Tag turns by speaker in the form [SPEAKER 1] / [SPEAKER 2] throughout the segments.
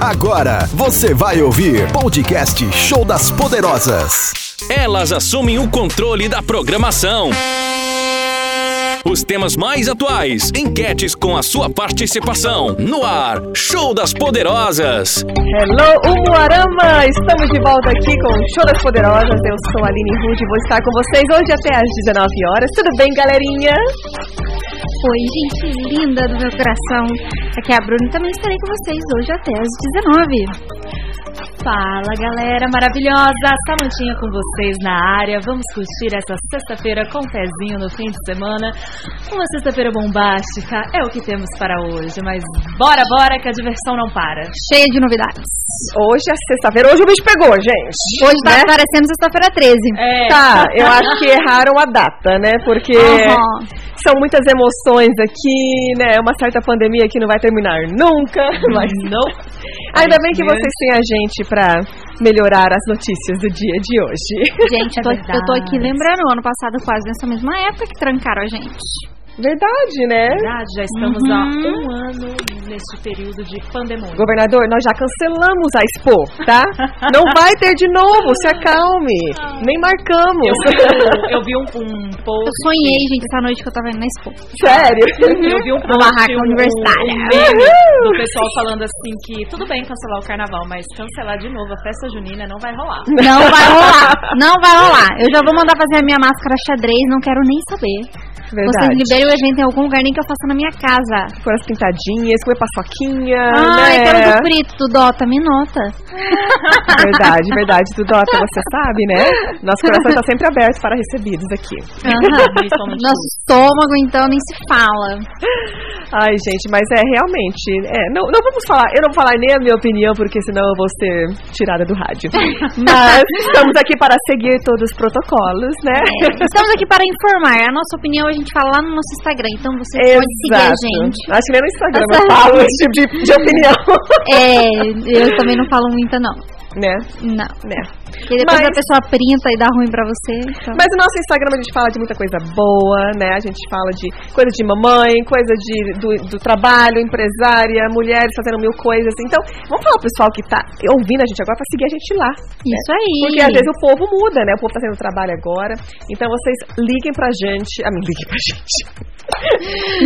[SPEAKER 1] Agora você vai ouvir podcast Show das Poderosas.
[SPEAKER 2] Elas assumem o controle da programação. Os temas mais atuais, enquetes com a sua participação. No ar, Show das Poderosas.
[SPEAKER 3] Hello, Umuarama! Estamos de volta aqui com o Show das Poderosas. Eu sou a Aline Rude e vou estar com vocês hoje até às 19 horas. Tudo bem, galerinha?
[SPEAKER 4] Oi, gente linda do meu coração. Aqui é a Bruna e também estarei com vocês hoje até às 19. Fala galera maravilhosa, Samantinha com vocês na área. Vamos curtir essa sexta-feira com um pezinho no fim de semana. Uma sexta-feira bombástica é o que temos para hoje, mas bora, bora que a diversão não para.
[SPEAKER 5] Cheia de novidades.
[SPEAKER 3] Hoje é sexta-feira, hoje o bicho pegou, gente. Né?
[SPEAKER 5] Hoje tá parecendo sexta-feira 13.
[SPEAKER 4] Né? É.
[SPEAKER 3] Tá, eu acho que é. erraram a data, né? Porque
[SPEAKER 5] Aham.
[SPEAKER 3] são muitas emoções aqui, né? Uma certa pandemia que não vai terminar nunca, mas não. Ainda bem que vocês têm a gente pra melhorar as notícias do dia de hoje.
[SPEAKER 5] Gente, eu tô,
[SPEAKER 4] É
[SPEAKER 5] eu tô aqui
[SPEAKER 4] verdade.
[SPEAKER 5] lembrando, ano passado quase nessa mesma época que trancaram a gente.
[SPEAKER 3] Verdade, né?
[SPEAKER 4] Verdade, já estamos há
[SPEAKER 5] Uhum.
[SPEAKER 4] um ano neste período de pandemônio.
[SPEAKER 3] Governador, nós já cancelamos a Expo, tá? Não vai ter de novo, se acalme. Nem marcamos.
[SPEAKER 4] Eu vi um, um post.
[SPEAKER 5] Eu sonhei, gente, essa noite que eu tava indo na expo.
[SPEAKER 3] Sério.
[SPEAKER 4] Eu vi
[SPEAKER 5] Uma
[SPEAKER 4] um post,
[SPEAKER 5] barraca
[SPEAKER 4] um,
[SPEAKER 5] universitária.
[SPEAKER 4] um meme do pessoal falando assim que tudo bem cancelar o carnaval, mas cancelar de novo a festa junina não vai rolar.
[SPEAKER 5] Não vai rolar, não vai rolar. Eu já vou mandar fazer a minha máscara xadrez, não quero nem saber. Vocês
[SPEAKER 3] Verdade.
[SPEAKER 5] liberem o evento em algum lugar, nem que eu faça na minha casa.
[SPEAKER 3] Com as pintadinhas, comer paçoquinha,
[SPEAKER 5] Ai,
[SPEAKER 4] Ah,
[SPEAKER 3] né?
[SPEAKER 4] então
[SPEAKER 5] quero do frito, do Dota, me nota.
[SPEAKER 3] Verdade, verdade. Do Dota, você sabe, né? Nosso coração está sempre aberto para recebidos aqui.
[SPEAKER 5] Aham.
[SPEAKER 4] Principalmente
[SPEAKER 5] Nosso estômago, então, nem se fala.
[SPEAKER 3] Ai, gente, mas é realmente. É, não, não vamos falar, eu não vou falar nem a minha opinião, porque senão eu vou ser tirada do rádio. Mas estamos aqui para seguir todos os protocolos, né?
[SPEAKER 5] É, Estamos aqui para informar. A nossa opinião a gente fala lá no nosso Instagram, então você pode seguir a gente.
[SPEAKER 3] Acho que nem no Instagram eu falo esse tipo de, de opinião.
[SPEAKER 5] É, eu também não falo muita, não.
[SPEAKER 3] né?
[SPEAKER 5] Não.
[SPEAKER 3] Né?
[SPEAKER 5] Porque depois
[SPEAKER 3] Mas-
[SPEAKER 5] a pessoa printa e dá ruim pra você. então.
[SPEAKER 3] Mas no nosso Instagram a gente fala de muita coisa boa, né? A gente fala de coisa de mamãe, coisa de, do, do trabalho, empresária, mulheres fazendo mil coisas. Então, vamos falar pro pessoal que tá ouvindo a gente agora pra seguir a gente lá. né?
[SPEAKER 5] Isso aí.
[SPEAKER 3] Porque às vezes o povo muda, né? O povo tá tendo trabalho agora. Então vocês liguem pra gente. Ah, me liguem pra gente.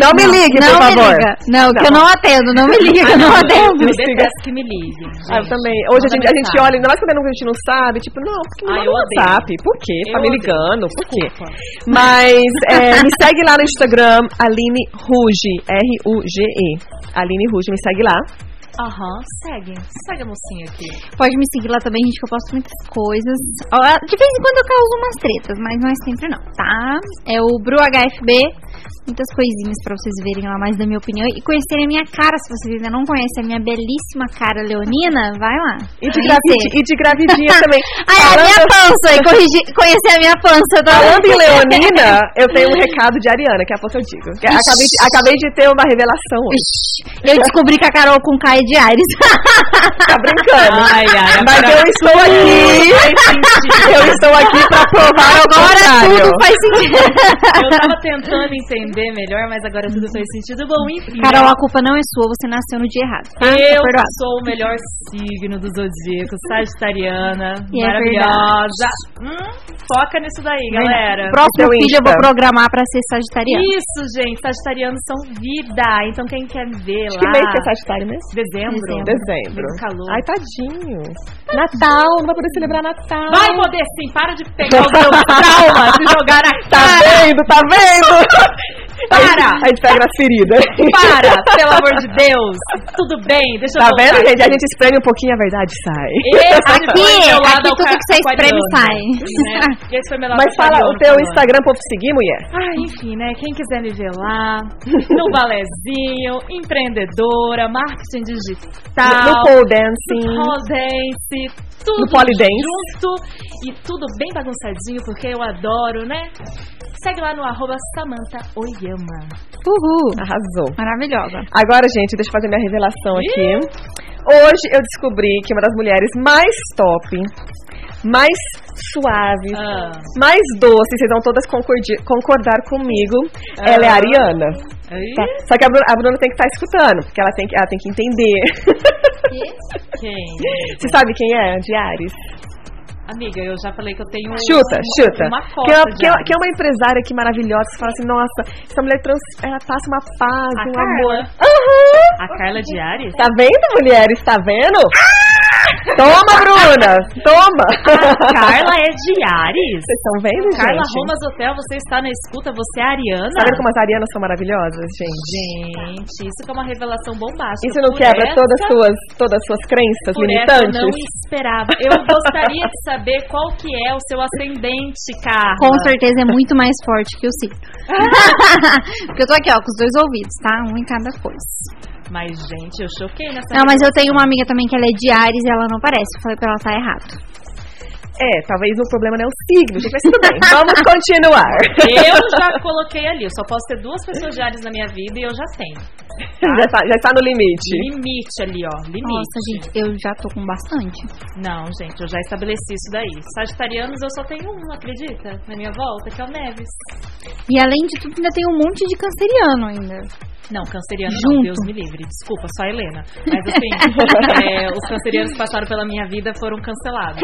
[SPEAKER 3] Não me ligue, por
[SPEAKER 5] não me
[SPEAKER 3] favor. Tá Ah,
[SPEAKER 5] liga. Não, que eu não atendo. Não me liga, que eu não atendo.
[SPEAKER 4] Eu
[SPEAKER 3] Siga.
[SPEAKER 4] detesto que me liguem.
[SPEAKER 3] Ah, eu
[SPEAKER 4] gente.
[SPEAKER 3] também. Hoje a
[SPEAKER 4] Manda
[SPEAKER 3] gente, a gente
[SPEAKER 4] mensagem.
[SPEAKER 3] olha, ainda mais sabendo que a gente não sabe, tipo, não, por que me
[SPEAKER 4] Ah,
[SPEAKER 3] manda
[SPEAKER 4] eu
[SPEAKER 3] no
[SPEAKER 4] odeio.
[SPEAKER 3] WhatsApp? Por quê? Tá
[SPEAKER 4] Eu
[SPEAKER 3] me
[SPEAKER 4] odeio.
[SPEAKER 3] ligando? Por quê?
[SPEAKER 4] Desculpa.
[SPEAKER 3] Mas é, me segue lá no Instagram, Aline Ruge, R-U-G-E. Aline Ruge, me segue lá.
[SPEAKER 4] Aham, segue. Segue a mocinha aqui.
[SPEAKER 5] Pode me seguir lá também, gente, que eu posto muitas coisas. Ó, De vez em quando eu causo umas tretas, mas não é sempre não, tá? É o BruHFB. Muitas coisinhas pra vocês verem lá mais da minha opinião e conhecerem a minha cara. Se vocês ainda não conhecem a minha belíssima cara leonina, vai lá.
[SPEAKER 3] E de, gravidi,
[SPEAKER 5] gravidez.
[SPEAKER 3] e de gravidinha também.
[SPEAKER 5] Ai, é a minha pança, e corrigir, conhecer a minha pança. Tá?
[SPEAKER 3] Falando em Leonina, eu tenho um recado de Ariana, que a pouco eu digo. Acabei de, acabei de ter uma revelação hoje.
[SPEAKER 5] Ixi, Eu descobri que a Carol com K é de Ares.
[SPEAKER 3] Tá brincando.
[SPEAKER 4] Ai, ai,
[SPEAKER 3] Mas
[SPEAKER 5] tá
[SPEAKER 3] eu estou aqui. Eu estou aqui pra provar ao
[SPEAKER 5] Agora tudo
[SPEAKER 3] contrário.
[SPEAKER 5] faz sentido.
[SPEAKER 4] Eu tava tentando entender melhor, mas agora tudo faz sentido. Bom, enfim.
[SPEAKER 5] Carol, a culpa não é sua, você nasceu no dia errado. Tá?
[SPEAKER 4] eu
[SPEAKER 5] Tá perdoado.
[SPEAKER 4] sou o melhor signo do zodíaco, sagitariana,
[SPEAKER 5] E é
[SPEAKER 4] maravilhosa. Hum, foca nisso daí, galera.
[SPEAKER 5] O próximo
[SPEAKER 3] Seu
[SPEAKER 5] filho eu vou
[SPEAKER 3] Insta.
[SPEAKER 5] programar pra ser sagitariano.
[SPEAKER 4] Isso, gente, sagitarianos são vida. Então quem quer me ver lá?
[SPEAKER 3] Que mês que é Sagitário mesmo?
[SPEAKER 4] Dezembro.
[SPEAKER 5] Dezembro.
[SPEAKER 3] Dezembro.
[SPEAKER 4] Muito calor.
[SPEAKER 3] Ai, tá tadinho. Natal, não vai poder celebrar Natal.
[SPEAKER 4] Vai poder sim, para de pegar o meu trauma, se jogar na
[SPEAKER 3] Tá
[SPEAKER 4] cara.
[SPEAKER 3] vendo, tá vendo?
[SPEAKER 4] Para!
[SPEAKER 3] A gente pega as feridas.
[SPEAKER 4] Para, pelo amor de Deus. Tudo bem, deixa eu
[SPEAKER 3] Tá vendo,
[SPEAKER 4] voltar
[SPEAKER 3] gente? A gente espreme um pouquinho, a verdade sai.
[SPEAKER 4] Esse foi
[SPEAKER 5] Aqui,
[SPEAKER 4] meu
[SPEAKER 3] é
[SPEAKER 4] lado
[SPEAKER 5] aqui tudo
[SPEAKER 4] aqua-
[SPEAKER 5] que você espreme
[SPEAKER 4] aquariano,
[SPEAKER 5] sai.
[SPEAKER 4] Né? Esse foi meu lado
[SPEAKER 3] Mas fala o
[SPEAKER 4] aquariano,
[SPEAKER 3] teu
[SPEAKER 4] falando.
[SPEAKER 3] Instagram pra eu te seguir, mulher.
[SPEAKER 4] Ah, enfim, né? Quem quiser me ver lá, no balezinho, empreendedora, marketing digital,
[SPEAKER 3] No pole dancing.
[SPEAKER 4] no pole dance, tudo
[SPEAKER 3] No polydance.
[SPEAKER 4] junto e tudo bem bagunçadinho, porque eu adoro, né? Segue lá no arroba Samanta Oyama.
[SPEAKER 5] Uhul.
[SPEAKER 3] Arrasou.
[SPEAKER 5] Maravilhosa.
[SPEAKER 3] Agora, gente, deixa eu fazer minha revelação aqui. Hoje eu descobri que uma das mulheres mais top, mais suaves,
[SPEAKER 4] Ah.
[SPEAKER 3] mais doces, vocês vão todas concordi- concordar comigo,
[SPEAKER 4] Ah.
[SPEAKER 3] ela é a Ariana.
[SPEAKER 4] Aí,
[SPEAKER 3] Tá? Só que a Bruna, a Bruna tem que estar escutando, porque ela tem que, ela tem que entender.
[SPEAKER 4] Quem?
[SPEAKER 3] Você sabe quem é, de Ares?
[SPEAKER 4] Amiga, eu já falei que eu tenho.
[SPEAKER 3] Chuta,
[SPEAKER 4] uma,
[SPEAKER 3] chuta.
[SPEAKER 4] Uma cota
[SPEAKER 3] que, é,
[SPEAKER 4] de
[SPEAKER 3] que é-
[SPEAKER 4] Ares.
[SPEAKER 3] que é uma empresária que maravilhosa, que fala assim, nossa, essa mulher trans, ela passa uma paz,
[SPEAKER 4] A
[SPEAKER 3] um
[SPEAKER 4] Carla.
[SPEAKER 3] amor. Aham!
[SPEAKER 4] A Carla de Ares?
[SPEAKER 3] Tá vendo, mulheres? Tá vendo?
[SPEAKER 4] Ah!
[SPEAKER 3] Toma, Bruna! Toma!
[SPEAKER 4] Carla é de Ares?
[SPEAKER 3] Vocês estão vendo, gente?
[SPEAKER 4] Carla Romas Hotel, você está na escuta, você é ariana?
[SPEAKER 3] Tá vendo como as arianas são maravilhosas, gente?
[SPEAKER 4] Gente, isso que é uma revelação bombástica.
[SPEAKER 3] Isso não
[SPEAKER 4] Por
[SPEAKER 3] quebra
[SPEAKER 4] essa-
[SPEAKER 3] todas as suas, todas as suas crenças
[SPEAKER 4] Por essa eu
[SPEAKER 3] limitantes?
[SPEAKER 4] não esperava. Eu gostaria de saber qual que é o seu ascendente, Carla.
[SPEAKER 5] Com certeza é muito mais forte que o signo. Porque eu tô aqui, ó, com os dois ouvidos, tá? Um em cada coisa.
[SPEAKER 4] Mas, gente, eu choquei nessa
[SPEAKER 5] Não, mas eu tenho uma amiga também que ela é de Ares e ela não parece. Eu falei pra ela, tá errado.
[SPEAKER 3] É, talvez o problema não é o signo, gente, mas tudo bem. Vamos continuar.
[SPEAKER 4] Eu já coloquei ali. Eu só posso ter duas pessoas de Ares na minha vida e eu já tenho.
[SPEAKER 3] já, está, já está no limite.
[SPEAKER 4] Limite ali, ó. Limite.
[SPEAKER 5] Nossa, gente, eu já tô com bastante.
[SPEAKER 4] Não, gente, eu já estabeleci isso daí. Sagitarianos eu só tenho um, acredita? Na minha volta, que é o Neves.
[SPEAKER 5] E além de tudo, ainda tem um monte de canceriano ainda.
[SPEAKER 4] Não, canceriano não,
[SPEAKER 5] Junto.
[SPEAKER 4] Deus me livre. Desculpa, só a Helena. Mas assim, é, os cancerianos que passaram pela minha vida foram cancelados.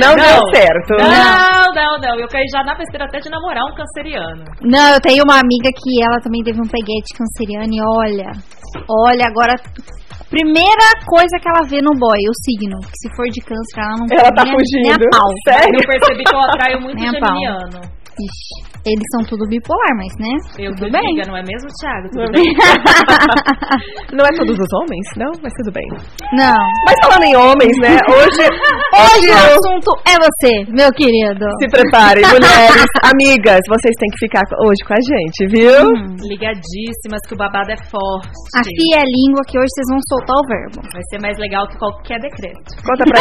[SPEAKER 3] Não, deu
[SPEAKER 4] Não.
[SPEAKER 3] certo.
[SPEAKER 4] Não, não, não. Eu caí já na besteira até de namorar um canceriano.
[SPEAKER 5] Não, eu tenho uma amiga que ela também teve um peguete canceriano e olha, olha, agora primeira coisa que ela vê no boy, o signo. Que se for de câncer, ela não
[SPEAKER 3] Ela tá
[SPEAKER 5] nem a- Nem
[SPEAKER 3] fugindo.
[SPEAKER 5] a pau.
[SPEAKER 4] Eu
[SPEAKER 3] Sério?
[SPEAKER 4] percebi que eu atraio muito
[SPEAKER 5] Nem a pau.
[SPEAKER 4] geminiano.
[SPEAKER 5] Ixi, eles são tudo bipolar, mas né?
[SPEAKER 4] Eu
[SPEAKER 5] tudo
[SPEAKER 4] que
[SPEAKER 5] bem.
[SPEAKER 4] diga, não é mesmo, Thiago? Tudo bem?
[SPEAKER 3] Não é todos os homens, não? Mas tudo bem.
[SPEAKER 5] Não.
[SPEAKER 3] Mas falando em homens, né? Hoje,
[SPEAKER 5] Hoje o
[SPEAKER 3] eu-
[SPEAKER 5] assunto é você, meu querido.
[SPEAKER 3] Se preparem, mulheres, amigas, vocês têm que ficar hoje com a gente, viu?
[SPEAKER 4] Hum. Ligadíssimas, que o babado é forte.
[SPEAKER 5] Afia a língua que hoje vocês vão soltar o verbo.
[SPEAKER 4] Vai ser mais legal que qualquer decreto.
[SPEAKER 3] Conta, pra,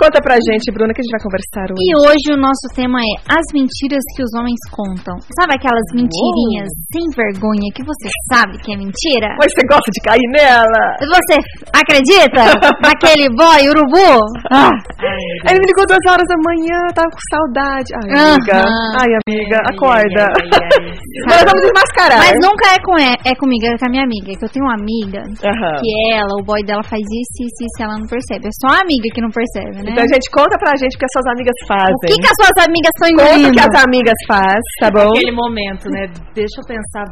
[SPEAKER 3] conta pra gente, Bruna, que a gente vai conversar
[SPEAKER 5] E
[SPEAKER 3] hoje.
[SPEAKER 5] hoje o nosso tema é as mentiras que os homens contam. Sabe aquelas mentirinhas sem vergonha que você sabe que é mentira?
[SPEAKER 3] Mas você gosta de cair nela?
[SPEAKER 5] Você acredita naquele boy urubu? Ah,
[SPEAKER 3] Aí ele me ligou duas horas da manhã, eu tava com saudade. Ai, amiga.
[SPEAKER 5] Aham.
[SPEAKER 3] Ai, amiga,
[SPEAKER 4] Ai, ai,
[SPEAKER 3] acorda.
[SPEAKER 4] ai, ai, ai.
[SPEAKER 3] Nós vamos desmascarar.
[SPEAKER 5] mas nunca é com é, é comigo, é com a minha amiga, que eu tenho uma amiga
[SPEAKER 3] Aham.
[SPEAKER 5] que ela, o boy dela faz isso, isso, isso, e ela não percebe. É só a amiga que não percebe, né?
[SPEAKER 3] Então, gente, conta pra gente o que as suas amigas fazem.
[SPEAKER 5] o que, que as suas amigas estão
[SPEAKER 3] Conta o que as
[SPEAKER 5] engolindo?
[SPEAKER 3] amigas fazem, tá bom?
[SPEAKER 4] Aquele momento, né? Deixa eu pensar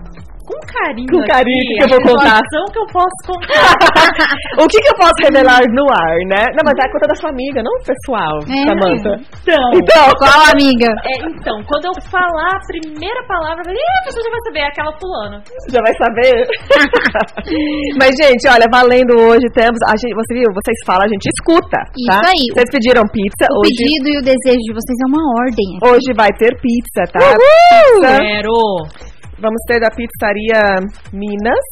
[SPEAKER 4] com carinho.
[SPEAKER 3] Com carinho,
[SPEAKER 4] aqui,
[SPEAKER 3] que eu vou
[SPEAKER 4] a
[SPEAKER 3] contar.
[SPEAKER 4] situação que eu posso contar.
[SPEAKER 3] o que, que eu posso revelar no ar, né? Não, mas é a conta da sua amiga, não o pessoal,
[SPEAKER 5] É.
[SPEAKER 3] Samanta.
[SPEAKER 4] Então,
[SPEAKER 3] Então,
[SPEAKER 5] Qual amiga?
[SPEAKER 4] é, então, quando eu falar a primeira palavra, eu falei, "Ih, a pessoa já vai saber, é aquela fulano.
[SPEAKER 3] já vai saber. mas, gente, olha, valendo hoje, temos. A gente, você viu? Vocês falam, a gente escuta.
[SPEAKER 5] Isso
[SPEAKER 3] tá?
[SPEAKER 5] aí.
[SPEAKER 3] Vocês pediram pizza
[SPEAKER 5] O
[SPEAKER 3] hoje.
[SPEAKER 5] pedido e o desejo de vocês é uma ordem.
[SPEAKER 3] Hoje vai ter pizza, tá? Pizza.
[SPEAKER 4] Quero.
[SPEAKER 3] Vamos ter da pizzaria Minas,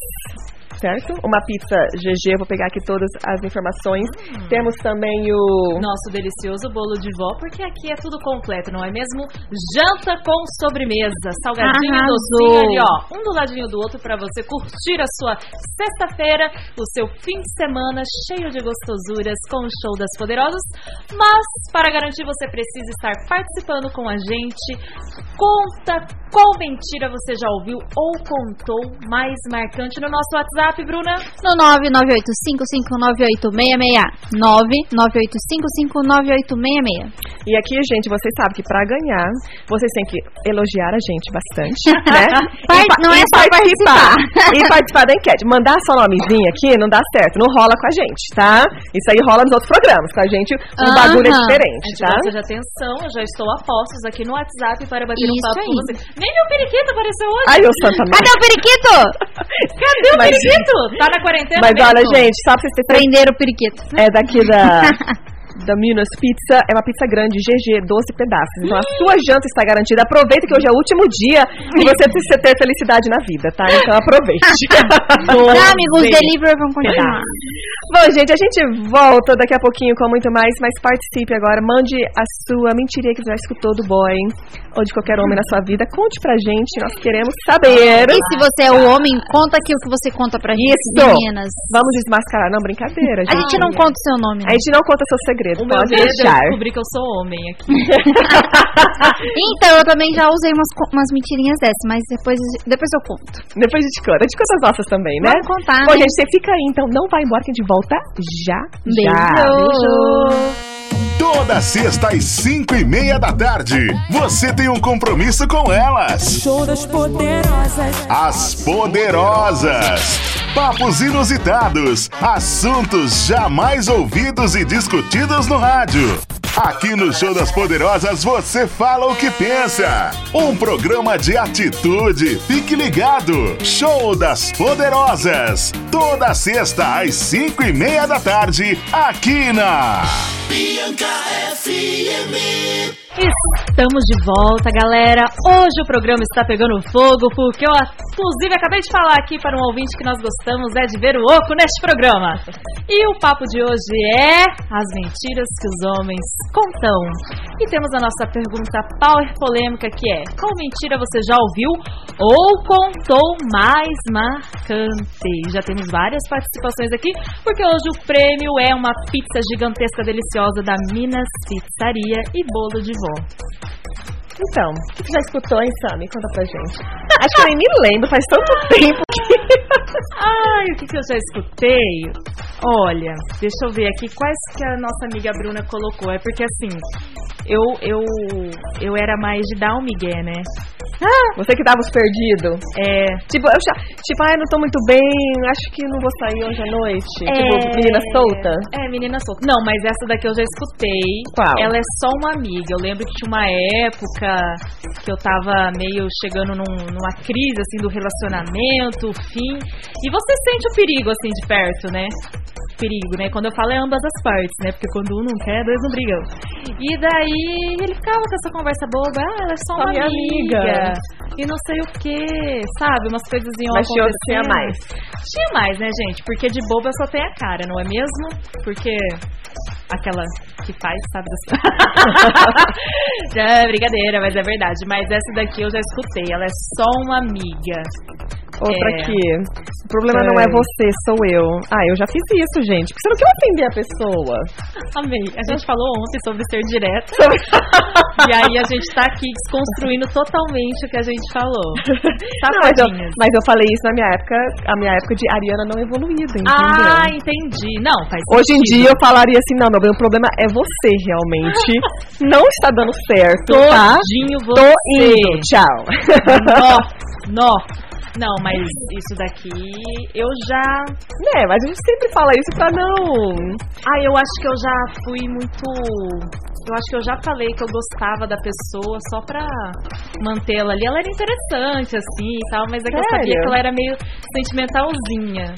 [SPEAKER 3] certo? Uma pizza GG, eu vou pegar aqui todas as informações. Temos também o.
[SPEAKER 4] Nosso delicioso bolo de vó, porque aqui é tudo completo, não é mesmo? Janta com sobremesa, salgadinho e docinho
[SPEAKER 5] Arrasou.
[SPEAKER 4] ali, ó. Um do ladinho do outro pra você curtir a sua sexta-feira, o seu fim de semana cheio de gostosuras com o show das poderosas. Mas, para garantir, você precisa estar participando com a gente. Conta qual mentira você já ouviu ou contou mais marcante no nosso WhatsApp, Bruna.
[SPEAKER 5] no 998559866. 998559866.
[SPEAKER 3] E aqui, gente, vocês sabem que pra ganhar, vocês têm que elogiar a gente bastante, né?
[SPEAKER 5] Par-
[SPEAKER 3] pa-
[SPEAKER 5] não é só
[SPEAKER 3] participar. e participar da enquete. Mandar só nomezinho aqui não dá certo, não rola com a gente, tá? Isso aí rola nos outros programas, com a gente o
[SPEAKER 5] Aham.
[SPEAKER 3] bagulho é
[SPEAKER 4] A
[SPEAKER 3] diferente,
[SPEAKER 4] gente
[SPEAKER 3] tá?
[SPEAKER 4] gosta de atenção, eu já estou a postos aqui no WhatsApp para bater um
[SPEAKER 5] Isso
[SPEAKER 4] papo com
[SPEAKER 5] aí.
[SPEAKER 4] você. Nem meu periquito apareceu hoje.
[SPEAKER 3] é Ai, eu santa
[SPEAKER 5] Cadê o periquito?
[SPEAKER 4] Cadê o
[SPEAKER 3] mas-
[SPEAKER 4] periquito? Tá na quarentena
[SPEAKER 3] Mas
[SPEAKER 4] mesmo?
[SPEAKER 3] olha, gente, só pra vocês terem
[SPEAKER 5] Prenderam o periquito.
[SPEAKER 3] É daqui da. Da Minas Pizza é uma pizza grande, GG, 12 pedaços. Então a sua janta está garantida. Aproveita que hoje é o último dia e você precisa ter felicidade na vida, tá? Então aproveite. Tá,
[SPEAKER 5] Os amigos delivery vão continuar.
[SPEAKER 3] Bom, gente, a gente volta daqui a pouquinho com muito mais, mas participe agora. Mande a sua mentirinha que você já escutou do boy ou de qualquer homem na sua vida. Conte pra gente, nós queremos saber.
[SPEAKER 5] E se você é
[SPEAKER 6] um
[SPEAKER 5] o homem, conta aquilo que você conta pra gente,
[SPEAKER 3] Isso.
[SPEAKER 5] meninas.
[SPEAKER 3] Vamos desmascarar. Não, brincadeira,
[SPEAKER 5] A gente não conta o seu nome.
[SPEAKER 3] A
[SPEAKER 5] Né?
[SPEAKER 3] gente não conta seus segredo.
[SPEAKER 4] O meu
[SPEAKER 3] Pode
[SPEAKER 4] medo é
[SPEAKER 3] deixar.
[SPEAKER 4] descobrir que eu sou homem aqui.
[SPEAKER 6] Então, eu também já usei umas, co- umas mentirinhas dessas, mas depois, depois eu conto.
[SPEAKER 3] Depois a gente conta. A gente conta as nossas também, né?
[SPEAKER 6] Vamos contar,
[SPEAKER 3] Bom,
[SPEAKER 6] né?
[SPEAKER 3] gente, você fica aí, então não vai embora que a gente volta já. Já.
[SPEAKER 6] Beijo.
[SPEAKER 7] Toda sexta às cinco e meia da tarde, você tem um compromisso com elas.
[SPEAKER 8] Show das poderosas.
[SPEAKER 7] As Poderosas. Papos inusitados, assuntos jamais ouvidos e discutidos no rádio. Aqui no Show das Poderosas você fala o que pensa. Um programa de atitude. Fique ligado. Show das Poderosas. Toda sexta às cinco e meia da tarde, aqui na.
[SPEAKER 4] Estamos de volta, galera. Hoje o programa está pegando fogo, porque eu, inclusive, acabei de falar aqui para um ouvinte que nós gostamos é de ver o oco neste programa. E o papo de hoje é as mentiras que os homens contam. E temos a nossa pergunta power polêmica que é: qual mentira você já ouviu ou contou mais marcante? Já temos várias participações aqui, porque hoje o prêmio é uma pizza gigantesca deliciosa da Minas Pizzaria e bolo de vó.
[SPEAKER 3] Então, o que você já escutou, hein, Sammy? Conta pra gente. Acho que eu nem me lembro, faz tanto tempo que.
[SPEAKER 4] Ai, o que, que eu já escutei? Olha, deixa eu ver aqui quais que a nossa amiga Bruna colocou. É porque assim, eu eu eu era mais de dar um migué, né?
[SPEAKER 3] Você que dava os perdidos.
[SPEAKER 4] É,
[SPEAKER 3] Tipo, eu já. Tipo, ah, eu não tô muito bem, acho que não vou sair hoje à noite. Tipo,
[SPEAKER 4] É.
[SPEAKER 3] menina solta.
[SPEAKER 4] É, menina solta. Não, mas essa daqui eu já escutei.
[SPEAKER 3] Qual?
[SPEAKER 4] Ela é só uma amiga. Eu lembro que tinha uma época que eu tava meio chegando num- numa crise, assim, do relacionamento, fim. E você sente o perigo, assim, de perto, né? Perigo, né? Quando eu falo é ambas as partes, né? Porque quando um não quer, dois não brigam. E daí ele ficava com essa conversa boba. Ah, ela é só
[SPEAKER 3] Só
[SPEAKER 4] uma
[SPEAKER 3] minha
[SPEAKER 4] amiga.
[SPEAKER 3] amiga.
[SPEAKER 4] E não sei o quê, sabe? Umas coisas iam
[SPEAKER 3] Mas tinha outro que tinha
[SPEAKER 4] acontecendo.
[SPEAKER 3] mais.
[SPEAKER 4] Tinha mais, né, gente? Porque de boba só tem a cara, não é mesmo? Porque aquela que faz, sabe? Assim. é, brincadeira, mas é verdade. Mas essa daqui eu já escutei. Ela é só uma amiga.
[SPEAKER 3] Outra
[SPEAKER 4] É.
[SPEAKER 3] aqui. O problema não é
[SPEAKER 4] Ai.
[SPEAKER 3] você, sou eu. Ah, eu já fiz isso, gente. Porque você não quer ofender a pessoa.
[SPEAKER 4] Amei. A gente falou ontem sobre ser direta. e aí a gente tá aqui desconstruindo totalmente o que a gente falou.
[SPEAKER 3] Não, mas, eu,
[SPEAKER 4] Safadinhas.
[SPEAKER 3] mas eu falei isso na minha época, a minha época de Ariana não evoluída, entendeu?
[SPEAKER 4] Ah, entendi. Não, faz
[SPEAKER 3] Hoje em dia
[SPEAKER 4] sentido.
[SPEAKER 3] eu falaria assim, não, meu bem, o problema é você realmente. não está dando certo, tá?
[SPEAKER 4] Todinho
[SPEAKER 3] Tô
[SPEAKER 4] você.
[SPEAKER 3] indo, tchau.
[SPEAKER 4] Nó, nó. Não, mas isso daqui eu já.
[SPEAKER 3] é, mas a gente sempre fala isso pra não.
[SPEAKER 4] Ah, eu acho que eu já fui muito. Eu acho que eu já falei que eu gostava da pessoa só pra mantê-la ali. Ela era interessante, assim e tal, mas é que eu sabia
[SPEAKER 3] Sério?
[SPEAKER 4] que ela era meio sentimentalzinha.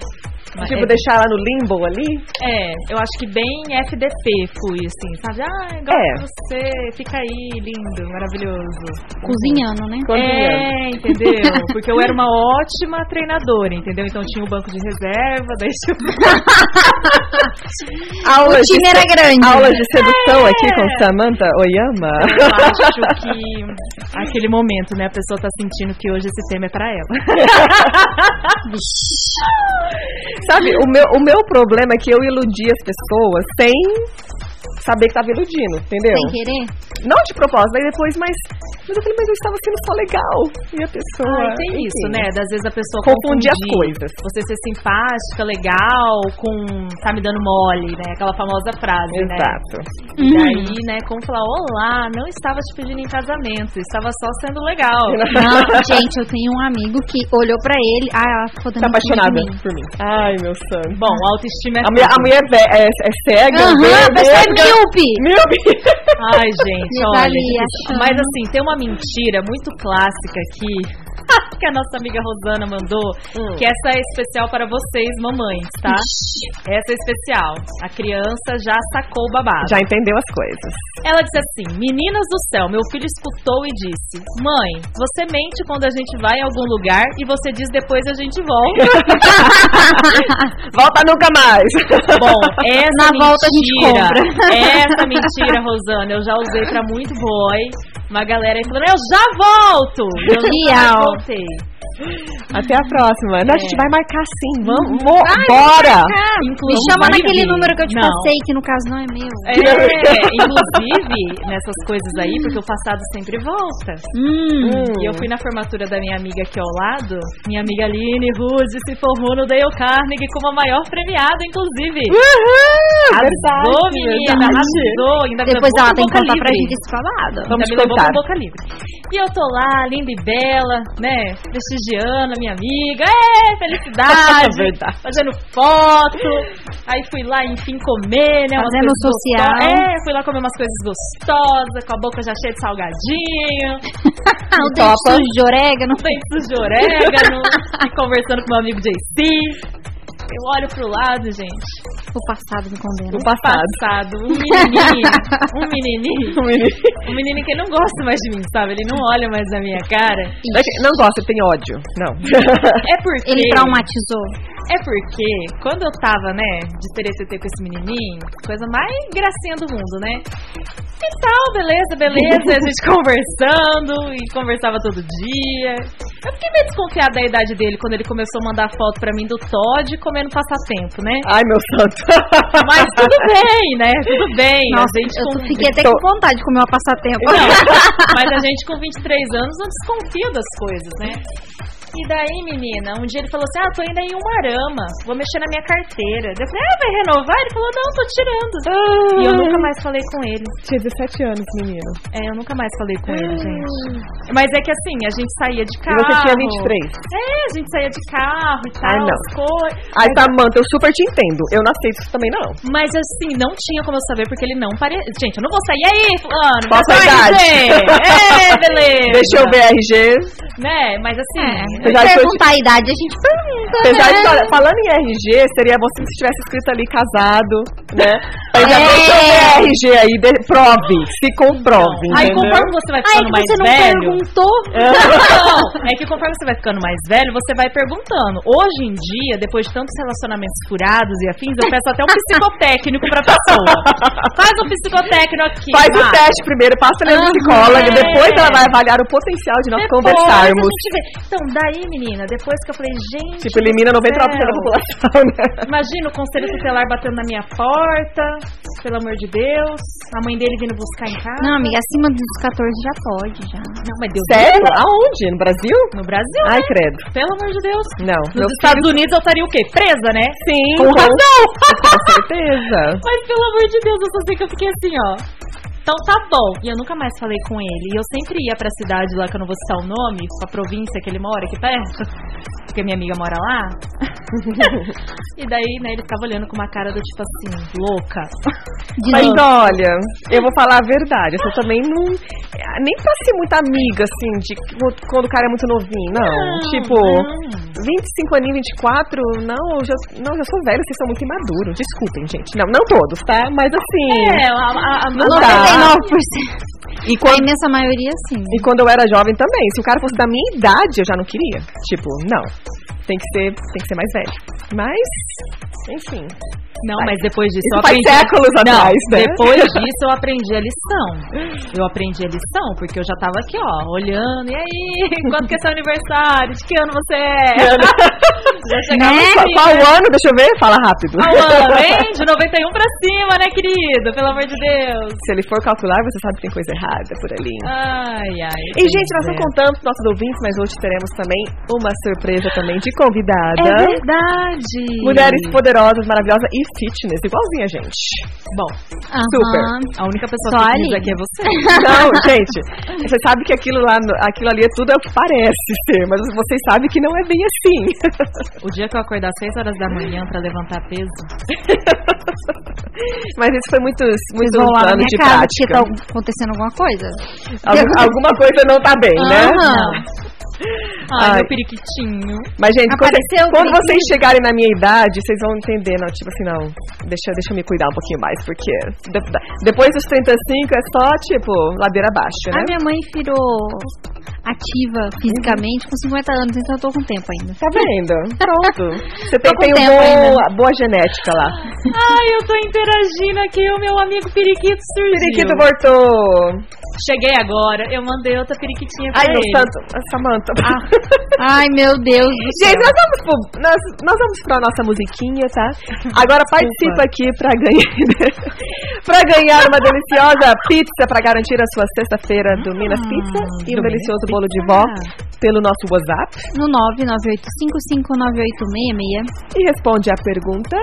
[SPEAKER 4] Mas
[SPEAKER 3] Tipo,
[SPEAKER 4] é-
[SPEAKER 3] deixar ela no limbo ali.
[SPEAKER 4] É, eu acho que bem FDP fui, assim, sabe? Ah, eu gosto
[SPEAKER 3] É.
[SPEAKER 4] de você, fica aí, lindo, maravilhoso.
[SPEAKER 6] Cozinhando, né?
[SPEAKER 3] Cozinha.
[SPEAKER 4] É, entendeu? Porque eu era uma ótima treinadora, entendeu? Então tinha o banco de reserva, daí tinha o-
[SPEAKER 3] Aulas
[SPEAKER 6] O time era
[SPEAKER 3] se-
[SPEAKER 6] grande.
[SPEAKER 3] Aulas de sedução aqui com
[SPEAKER 4] É.
[SPEAKER 3] Samantha Oyama.
[SPEAKER 4] eu acho que aquele momento, né? A pessoa tá sentindo que hoje esse tema é pra ela.
[SPEAKER 3] Sabe, o meu, o meu problema é que eu iludi as pessoas sem saber que tava iludindo, entendeu?
[SPEAKER 6] Sem querer.
[SPEAKER 3] Não de propósito, aí depois, mas. Mas eu falei, mas eu estava sendo só legal. E a pessoa.
[SPEAKER 4] Ah, tem
[SPEAKER 3] enfim.
[SPEAKER 4] isso, né? Das vezes a pessoa
[SPEAKER 3] Confundir
[SPEAKER 4] confunde
[SPEAKER 3] as coisas.
[SPEAKER 4] Você ser simpática, legal, com tá me dando mole, né? Aquela famosa frase, né?
[SPEAKER 3] Exato.
[SPEAKER 4] E
[SPEAKER 6] Hum.
[SPEAKER 4] daí, né, como falar, olá, não estava te pedindo em casamento, estava só sendo legal.
[SPEAKER 6] Não, gente, eu tenho um amigo que olhou pra ele. Ah, ela ficou dando
[SPEAKER 3] Tá
[SPEAKER 6] em cima de
[SPEAKER 3] apaixonada
[SPEAKER 6] mim.
[SPEAKER 3] por mim. Ai, meu sangue.
[SPEAKER 4] Bom, autoestima é
[SPEAKER 3] A mulher, a
[SPEAKER 4] tudo.
[SPEAKER 3] mulher é, ve- é, é cega.
[SPEAKER 6] Aham, a
[SPEAKER 3] vê,
[SPEAKER 6] pessoa
[SPEAKER 3] vê,
[SPEAKER 6] é míope.
[SPEAKER 3] Meu Deus.
[SPEAKER 4] Ai, gente,
[SPEAKER 6] Me
[SPEAKER 4] olha.
[SPEAKER 6] avalia,
[SPEAKER 4] gente,
[SPEAKER 6] chama.
[SPEAKER 4] Mas assim, tem uma mentira muito clássica aqui que a nossa amiga Rosana mandou, que essa é especial para vocês, mamães, tá? Essa é especial. A criança já sacou o babado.
[SPEAKER 3] Já entendeu as coisas.
[SPEAKER 4] Ela disse assim: Meninas do céu, meu filho escutou e disse: Mãe, você mente quando a gente vai em algum lugar e você diz depois a gente volta.
[SPEAKER 3] Volta nunca mais.
[SPEAKER 4] Bom, essa
[SPEAKER 6] Na
[SPEAKER 4] mentira,
[SPEAKER 6] volta a gente compra.
[SPEAKER 4] essa mentira, Rosana, eu já usei pra muito boy. Uma galera aí falando, eu já volto! E Eu já
[SPEAKER 6] Real.
[SPEAKER 4] voltei.
[SPEAKER 3] Até a próxima. Não, a gente vai marcar sim. Vamos.
[SPEAKER 4] É. Vai,
[SPEAKER 3] bora.
[SPEAKER 4] Ah, inclusive.
[SPEAKER 6] Hum. Me chama naquele número que eu te
[SPEAKER 4] Não.
[SPEAKER 6] passei, que no caso não é meu.
[SPEAKER 4] É, inclusive, nessas coisas aí, porque o passado sempre volta.
[SPEAKER 6] Hum.
[SPEAKER 4] E eu fui na formatura da minha amiga aqui ao lado. Minha amiga Aline Rude se formou no Dale Carnegie como a maior premiada, inclusive. Arrasou,
[SPEAKER 3] Verdade,
[SPEAKER 4] menina,
[SPEAKER 3] verdade.
[SPEAKER 4] arrasou.
[SPEAKER 3] é
[SPEAKER 4] Ainda me
[SPEAKER 6] Depois
[SPEAKER 4] levou
[SPEAKER 6] ela
[SPEAKER 4] com
[SPEAKER 6] tem que
[SPEAKER 3] tá
[SPEAKER 4] boca
[SPEAKER 6] contar pra
[SPEAKER 4] livre.
[SPEAKER 6] gente esse babado.
[SPEAKER 3] Vamos
[SPEAKER 4] Ainda me levou
[SPEAKER 3] contar.
[SPEAKER 4] com boca livre. E eu tô lá, linda e bela, né? Prestigiando a minha amiga. É, felicidade.
[SPEAKER 3] Verdade.
[SPEAKER 4] Fazendo foto. Aí fui lá, enfim, comer, né? umas
[SPEAKER 6] Fazendo
[SPEAKER 4] coisas
[SPEAKER 6] social.
[SPEAKER 4] gostosas. É, fui lá comer umas coisas gostosas, com a boca já cheia de salgadinho.
[SPEAKER 6] Ah, o dente
[SPEAKER 3] Topa.
[SPEAKER 6] sujo de orégano.
[SPEAKER 4] Dentes de orégano. e conversando com meu amigo JC. Eu olho pro lado, gente.
[SPEAKER 6] O passado me condena.
[SPEAKER 3] O passado.
[SPEAKER 4] Passado. Um menininho. Um menininho. Um menino que não gosta mais de mim, sabe? Ele não olha mais na minha cara.
[SPEAKER 3] É que- Não gosta, tem ódio. Não.
[SPEAKER 4] É porque.
[SPEAKER 6] Ele traumatizou.
[SPEAKER 4] É porque quando eu tava, né, de teretetê com esse menininho, coisa mais gracinha do mundo, né? E tal, beleza, beleza, a gente conversando e conversava todo dia. Eu fiquei meio desconfiada da idade dele quando ele começou a mandar foto pra mim do Todd comendo passatempo, né?
[SPEAKER 3] Ai, meu santo.
[SPEAKER 4] Mas tudo bem, né? Tudo bem.
[SPEAKER 6] Nossa,
[SPEAKER 4] a gente
[SPEAKER 6] eu
[SPEAKER 4] com-
[SPEAKER 6] fiquei até
[SPEAKER 3] Tô-
[SPEAKER 6] com vontade de comer uma passatempo.
[SPEAKER 4] não, mas a gente com 23 anos não desconfia das coisas, né? E daí, menina, um dia ele falou assim: Ah, tô ainda em uma arama, vou mexer na minha carteira. Daí Eu falei: Ah, vai renovar? Ele falou: Não, tô tirando. E eu nunca mais falei com ele.
[SPEAKER 3] Tinha 17 anos, menino.
[SPEAKER 4] É, eu nunca mais falei com ele, gente. Mas é que assim, a gente saía de
[SPEAKER 3] E
[SPEAKER 4] carro.
[SPEAKER 3] você tinha 23.
[SPEAKER 4] É, a gente saía de carro e tal,
[SPEAKER 3] Ai, não.
[SPEAKER 4] as coisas.
[SPEAKER 3] Ai, Samanta, eu super te entendo. Eu não aceito isso também, não.
[SPEAKER 4] Mas assim, não tinha como eu saber porque ele não parecia. Gente, eu não vou sair E aí, fulano.
[SPEAKER 3] Qual a sua
[SPEAKER 4] meu
[SPEAKER 3] idade?
[SPEAKER 4] RG? É, beleza.
[SPEAKER 3] Deixa eu ver a RG.
[SPEAKER 4] Né, mas assim.
[SPEAKER 6] Se
[SPEAKER 3] Apesar de que eu-
[SPEAKER 6] perguntar a idade, a gente pergunta.
[SPEAKER 3] Apesar de,
[SPEAKER 6] né?
[SPEAKER 3] olha, falando em RG, seria você se tivesse escrito ali casado, né? Mas já
[SPEAKER 6] É.
[SPEAKER 3] deixa eu ver a RG um aí, de- prove, se comprove.
[SPEAKER 4] Aí
[SPEAKER 3] entendeu?
[SPEAKER 4] conforme você vai
[SPEAKER 6] Ai,
[SPEAKER 4] ficando
[SPEAKER 6] que
[SPEAKER 4] mais
[SPEAKER 6] você não
[SPEAKER 4] velho.
[SPEAKER 6] perguntou.
[SPEAKER 4] Não, é que conforme você vai ficando mais velho, você vai perguntando. Hoje em dia, depois de tantos relacionamentos furados e afins, eu peço até um psicotécnico pra pessoa. Faz um psicotécnico aqui.
[SPEAKER 3] Faz o
[SPEAKER 4] vai.
[SPEAKER 3] teste primeiro, passa na
[SPEAKER 4] Aham,
[SPEAKER 3] psicóloga,
[SPEAKER 4] é.
[SPEAKER 3] depois ela vai avaliar o potencial de nós
[SPEAKER 4] Depois
[SPEAKER 3] conversarmos.
[SPEAKER 4] a gente vê. Então, daí, menina, depois que eu falei, gente.
[SPEAKER 3] Tipo, elimina 90% da
[SPEAKER 4] céu.
[SPEAKER 3] população, né?
[SPEAKER 4] Imagina o conselho tutelar batendo na minha porta, pelo amor de Deus. A mãe dele vindo buscar em casa.
[SPEAKER 6] Não, amiga, acima dos 14 já pode, já.
[SPEAKER 4] Não, mas deu
[SPEAKER 3] Sério? Aonde? No Brasil?
[SPEAKER 4] no Brasil,
[SPEAKER 3] Ai,
[SPEAKER 4] né?
[SPEAKER 3] credo.
[SPEAKER 4] Pelo amor de Deus.
[SPEAKER 3] Não.
[SPEAKER 4] Nos Estados Unidos eu estaria o quê? Presa, né?
[SPEAKER 3] Sim,
[SPEAKER 4] Com razão.
[SPEAKER 3] Com certeza.
[SPEAKER 4] Mas pelo amor de Deus, eu só sei que eu fiquei assim, ó. Então tá bom. E eu nunca mais falei com ele. E eu sempre ia pra cidade lá, que eu não vou citar o nome, pra província que ele mora, aqui perto. Porque minha amiga mora lá. e daí, né, ele ficava olhando com uma cara do tipo assim, louca.
[SPEAKER 6] De
[SPEAKER 3] Mas
[SPEAKER 6] novo.
[SPEAKER 3] olha, eu vou falar a verdade. Eu também não. Nem pra ser muito amiga, assim, de qu- quando o cara é muito novinho. Não. tipo,
[SPEAKER 4] não.
[SPEAKER 3] 25 aninhos, 24, não, eu já, não, eu já sou velha, vocês são muito imaduros. Desculpem, gente. Não, não todos, tá? Mas assim.
[SPEAKER 4] É, a, a, a
[SPEAKER 3] Não
[SPEAKER 4] a-
[SPEAKER 3] dá.
[SPEAKER 6] 99%.
[SPEAKER 3] então tá. E
[SPEAKER 6] A
[SPEAKER 3] quando,
[SPEAKER 6] imensa maioria, sim.
[SPEAKER 3] e quando eu era jovem também. Se o cara fosse da minha idade, eu já não queria. Tipo, não. Tem que ser, tem que ser mais velho. Mas, enfim.
[SPEAKER 4] Não, mas depois disso
[SPEAKER 3] Isso
[SPEAKER 4] eu
[SPEAKER 3] faz
[SPEAKER 4] aprendi.
[SPEAKER 3] séculos
[SPEAKER 4] Não,
[SPEAKER 3] atrás, né?
[SPEAKER 4] Depois disso eu aprendi a lição. Eu aprendi a lição, porque eu já tava aqui, ó, olhando. E aí, quando que é seu aniversário? De que ano você é? já chegava
[SPEAKER 6] Né?
[SPEAKER 3] Qual,
[SPEAKER 4] assim,
[SPEAKER 3] é? qual
[SPEAKER 4] né?
[SPEAKER 3] ano? Deixa eu ver. Fala rápido.
[SPEAKER 4] Qual ano, hein? De 91 pra cima, né, querido? Pelo amor de Deus.
[SPEAKER 3] Se ele for calcular, você sabe que tem coisa errada por ali.
[SPEAKER 6] Ah,
[SPEAKER 4] Ai, ai.
[SPEAKER 3] E, gente, nós não
[SPEAKER 6] né?
[SPEAKER 3] contamos
[SPEAKER 4] contamos.
[SPEAKER 3] para nossos ouvintes, mas hoje teremos também uma surpresa também de convidada.
[SPEAKER 4] É verdade.
[SPEAKER 3] né? Mulheres poderosas, maravilhosas e fitness, igualzinha a gente.
[SPEAKER 4] Bom,
[SPEAKER 6] Aham.
[SPEAKER 3] super.
[SPEAKER 4] a única pessoa que
[SPEAKER 6] Só ali.
[SPEAKER 4] diz aqui é você.
[SPEAKER 3] Não, gente, você sabe que aquilo lá, no- aquilo ali é tudo é o que parece ser, mas vocês sabem que não é bem assim.
[SPEAKER 4] O dia que eu acordar às 6 horas da manhã pra levantar peso,
[SPEAKER 3] mas isso foi muitos,
[SPEAKER 6] Vocês
[SPEAKER 3] muitos
[SPEAKER 6] vão lá na
[SPEAKER 3] anos
[SPEAKER 6] minha
[SPEAKER 3] de
[SPEAKER 6] casa porque
[SPEAKER 3] prática.
[SPEAKER 6] tá acontecendo alguma coisa.
[SPEAKER 3] Algu- alguma coisa não tá bem, né?
[SPEAKER 6] Aham.
[SPEAKER 3] Ai.
[SPEAKER 4] Ai, meu periquitinho.
[SPEAKER 3] Mas, gente, quando,
[SPEAKER 6] Apareceu um o
[SPEAKER 3] quando
[SPEAKER 6] brinquinho.
[SPEAKER 3] vocês chegarem na minha idade, vocês vão entender, não, tipo assim, não, deixa, deixa eu me cuidar um pouquinho mais, porque de- da- depois dos 35 é só, tipo, ladeira abaixo, né?
[SPEAKER 6] A Ah, minha mãe virou ativa fisicamente com 50 anos, então eu tô com tempo ainda.
[SPEAKER 3] Tá vendo? Pronto. Você tem,
[SPEAKER 6] Tô com
[SPEAKER 3] tem um
[SPEAKER 6] tempo
[SPEAKER 3] bom,
[SPEAKER 6] ainda.
[SPEAKER 3] boa genética lá.
[SPEAKER 4] Ai, eu tô interagindo aqui, o meu amigo periquito surgiu.
[SPEAKER 3] Periquito voltou.
[SPEAKER 4] Cheguei agora, eu mandei outra periquitinha pra
[SPEAKER 3] Ai, meu
[SPEAKER 4] ele.
[SPEAKER 3] santo, Samanta.
[SPEAKER 6] Ai, meu Deus do céu.
[SPEAKER 3] Gente, nós vamos, pro- nós, nós vamos pra nossa musiquinha, tá? Agora participa aqui pra ganhar, pra ganhar uma deliciosa pizza pra garantir a sua sexta-feira do
[SPEAKER 4] Ah,
[SPEAKER 3] Minas Pizza e um delicioso bolo de vó pelo nosso WhatsApp.
[SPEAKER 6] No 998559866.
[SPEAKER 3] E responde a pergunta.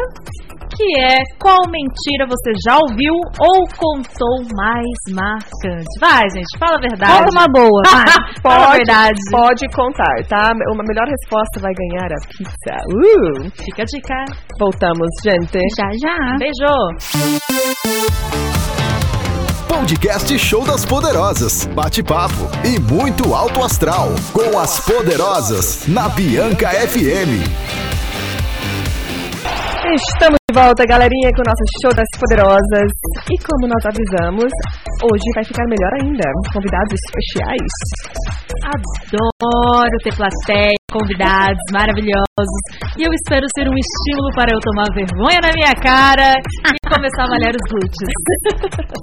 [SPEAKER 4] Que é qual mentira você já ouviu ou contou mais marcante? Vai, gente, fala a verdade.
[SPEAKER 6] Conta uma boa. vai.
[SPEAKER 4] Fala a
[SPEAKER 3] Pode,
[SPEAKER 4] verdade.
[SPEAKER 3] pode contar, tá? Uma melhor resposta vai ganhar a pizza. Uh!
[SPEAKER 4] Fica a dica.
[SPEAKER 3] Voltamos, gente.
[SPEAKER 6] Já, já.
[SPEAKER 4] Beijo.
[SPEAKER 1] Podcast Show das Poderosas. Bate-papo e muito alto astral. Com as Poderosas, na Bianca FM.
[SPEAKER 3] Estamos de volta, galerinha, com o nosso show das poderosas. E como nós avisamos, hoje vai ficar melhor ainda. Convidados especiais.
[SPEAKER 4] Adoro ter plateia, convidados maravilhosos. E eu espero ser um estímulo para eu tomar vergonha na minha cara e começar a malhar os glúteos.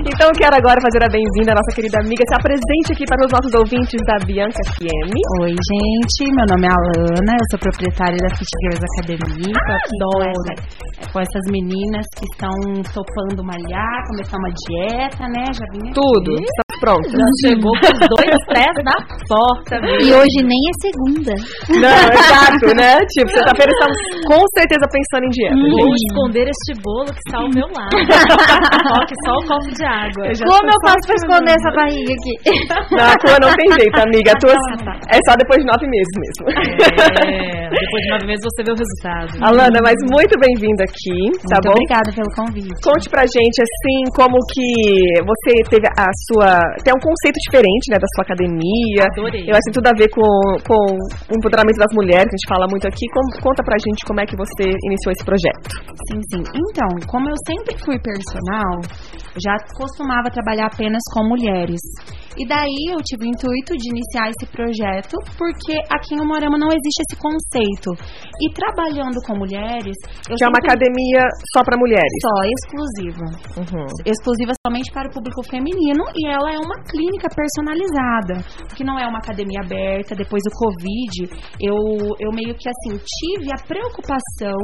[SPEAKER 3] Então quero agora fazer a bem-vinda à nossa querida amiga. Se apresente aqui para os nossos ouvintes da Bianca FM.
[SPEAKER 5] Oi, gente. Meu nome é Alana, eu sou proprietária da Fit Girls Academy. Tô aqui com, essa- com essas meninas que estão topando malhar, começar uma dieta, né? Já vim aqui.
[SPEAKER 3] Tudo. Estamos prontos.
[SPEAKER 4] Já chegou com os dois pés na porta, viu?
[SPEAKER 6] E hoje nem é segunda.
[SPEAKER 3] Não, exato, né? Tipo, sexta-feira estamos com certeza pensando em dieta. gente.
[SPEAKER 4] Vou esconder este bolo que está ao meu lado. Toque só o copo de água.
[SPEAKER 6] Como eu faço pra esconder essa barriga aqui? Então, tá.
[SPEAKER 3] Não, a tua não tem jeito, amiga. A tua
[SPEAKER 5] tá.
[SPEAKER 3] é só depois de nove meses mesmo.
[SPEAKER 4] É, depois de nove meses você vê o resultado.
[SPEAKER 3] Alana, mas muito bem-vinda aqui, tá
[SPEAKER 5] Muito
[SPEAKER 3] bom?
[SPEAKER 5] obrigada pelo convite.
[SPEAKER 3] Conte pra gente, assim, como que você teve a sua... Tem um conceito diferente, né, da sua academia.
[SPEAKER 4] Adorei.
[SPEAKER 3] Eu acho que tem tudo a ver com, com o empoderamento das mulheres, que a gente fala muito aqui. Como- conta pra gente como é que você iniciou esse projeto.
[SPEAKER 5] Sim, sim. Então, como eu sempre fui personal, eu já costumava trabalhar apenas com mulheres. E daí eu tive o intuito de iniciar esse projeto, porque aqui em Umorama não existe esse conceito. E trabalhando com mulheres, eu
[SPEAKER 3] Que é uma
[SPEAKER 5] sempre
[SPEAKER 3] academia só pra mulheres.
[SPEAKER 5] só exclusiva.
[SPEAKER 3] Uhum.
[SPEAKER 5] Exclusiva somente para o público feminino e ela é uma clínica personalizada, que não é uma academia aberta. Depois do Covid, eu, eu meio que assim tive a preocupação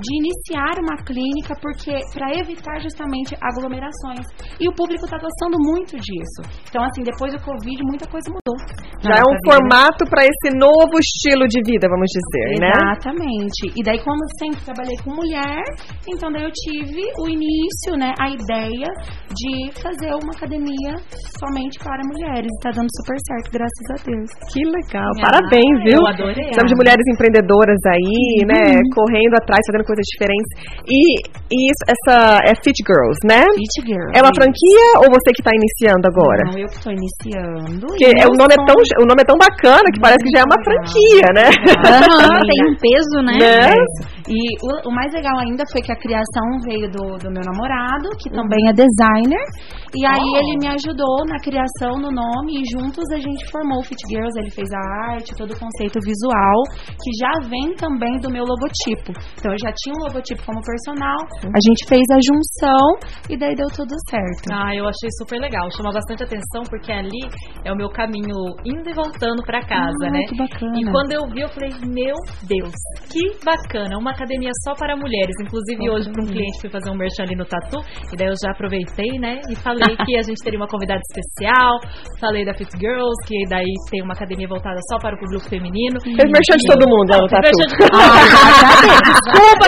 [SPEAKER 5] de iniciar uma clínica porque para evitar justamente aglomerações. E o público está gostando muito disso. Então assim, depois do Covid, muita coisa mudou.
[SPEAKER 3] Já é um formato pra esse novo estilo de vida, vamos dizer, né?
[SPEAKER 5] Exatamente. E daí, como eu sempre trabalhei com mulher, então daí eu tive o início, né, a ideia de fazer uma academia somente para mulheres. E tá dando super certo, graças a Deus. Ah,
[SPEAKER 3] Que legal. Parabéns, viu?
[SPEAKER 4] eu adorei.
[SPEAKER 3] Precisamos de mulheres empreendedoras aí,
[SPEAKER 5] Uhum.
[SPEAKER 3] né? Correndo atrás, fazendo coisas diferentes. E, e isso- essa é Fit Girls, né?
[SPEAKER 5] Beach Girl.
[SPEAKER 3] É uma franquia ou você que tá iniciando agora?
[SPEAKER 5] Não, eu que tô iniciando.
[SPEAKER 3] Porque é, o, nome é tão, o nome é tão bacana que parece que já é uma franquia, né?
[SPEAKER 6] Aham, tem um peso, né?
[SPEAKER 3] Né?
[SPEAKER 5] É. E o, o mais legal ainda foi que a criação veio do, do meu namorado, que também é designer. E aí
[SPEAKER 4] Oh.
[SPEAKER 5] ele me ajudou na criação, no nome, e juntos a gente formou o Fit Girls. Ele fez a arte, todo o conceito visual, que já vem também do meu logotipo. Então eu já tinha um logotipo como personal, a gente fez a junção e daí deu tudo certo.
[SPEAKER 4] Ah, eu achei super legal. Chama bastante atenção porque ali é o meu caminho indo e voltando pra casa,
[SPEAKER 5] Ah,
[SPEAKER 4] né?
[SPEAKER 5] que bacana.
[SPEAKER 4] E quando eu vi, eu falei, meu Deus, que bacana, uma academia só para mulheres. Inclusive, hoje, para um cliente, fui fazer um merchan ali no Tatu, e daí eu já aproveitei, né? E falei que a gente teria uma convidada especial, falei da Fit Girls, que daí tem uma academia voltada só para o público feminino.
[SPEAKER 3] Fez merchan de todo mundo, ela tá
[SPEAKER 4] Merchan
[SPEAKER 3] tudo.
[SPEAKER 4] de todo mundo. Desculpa,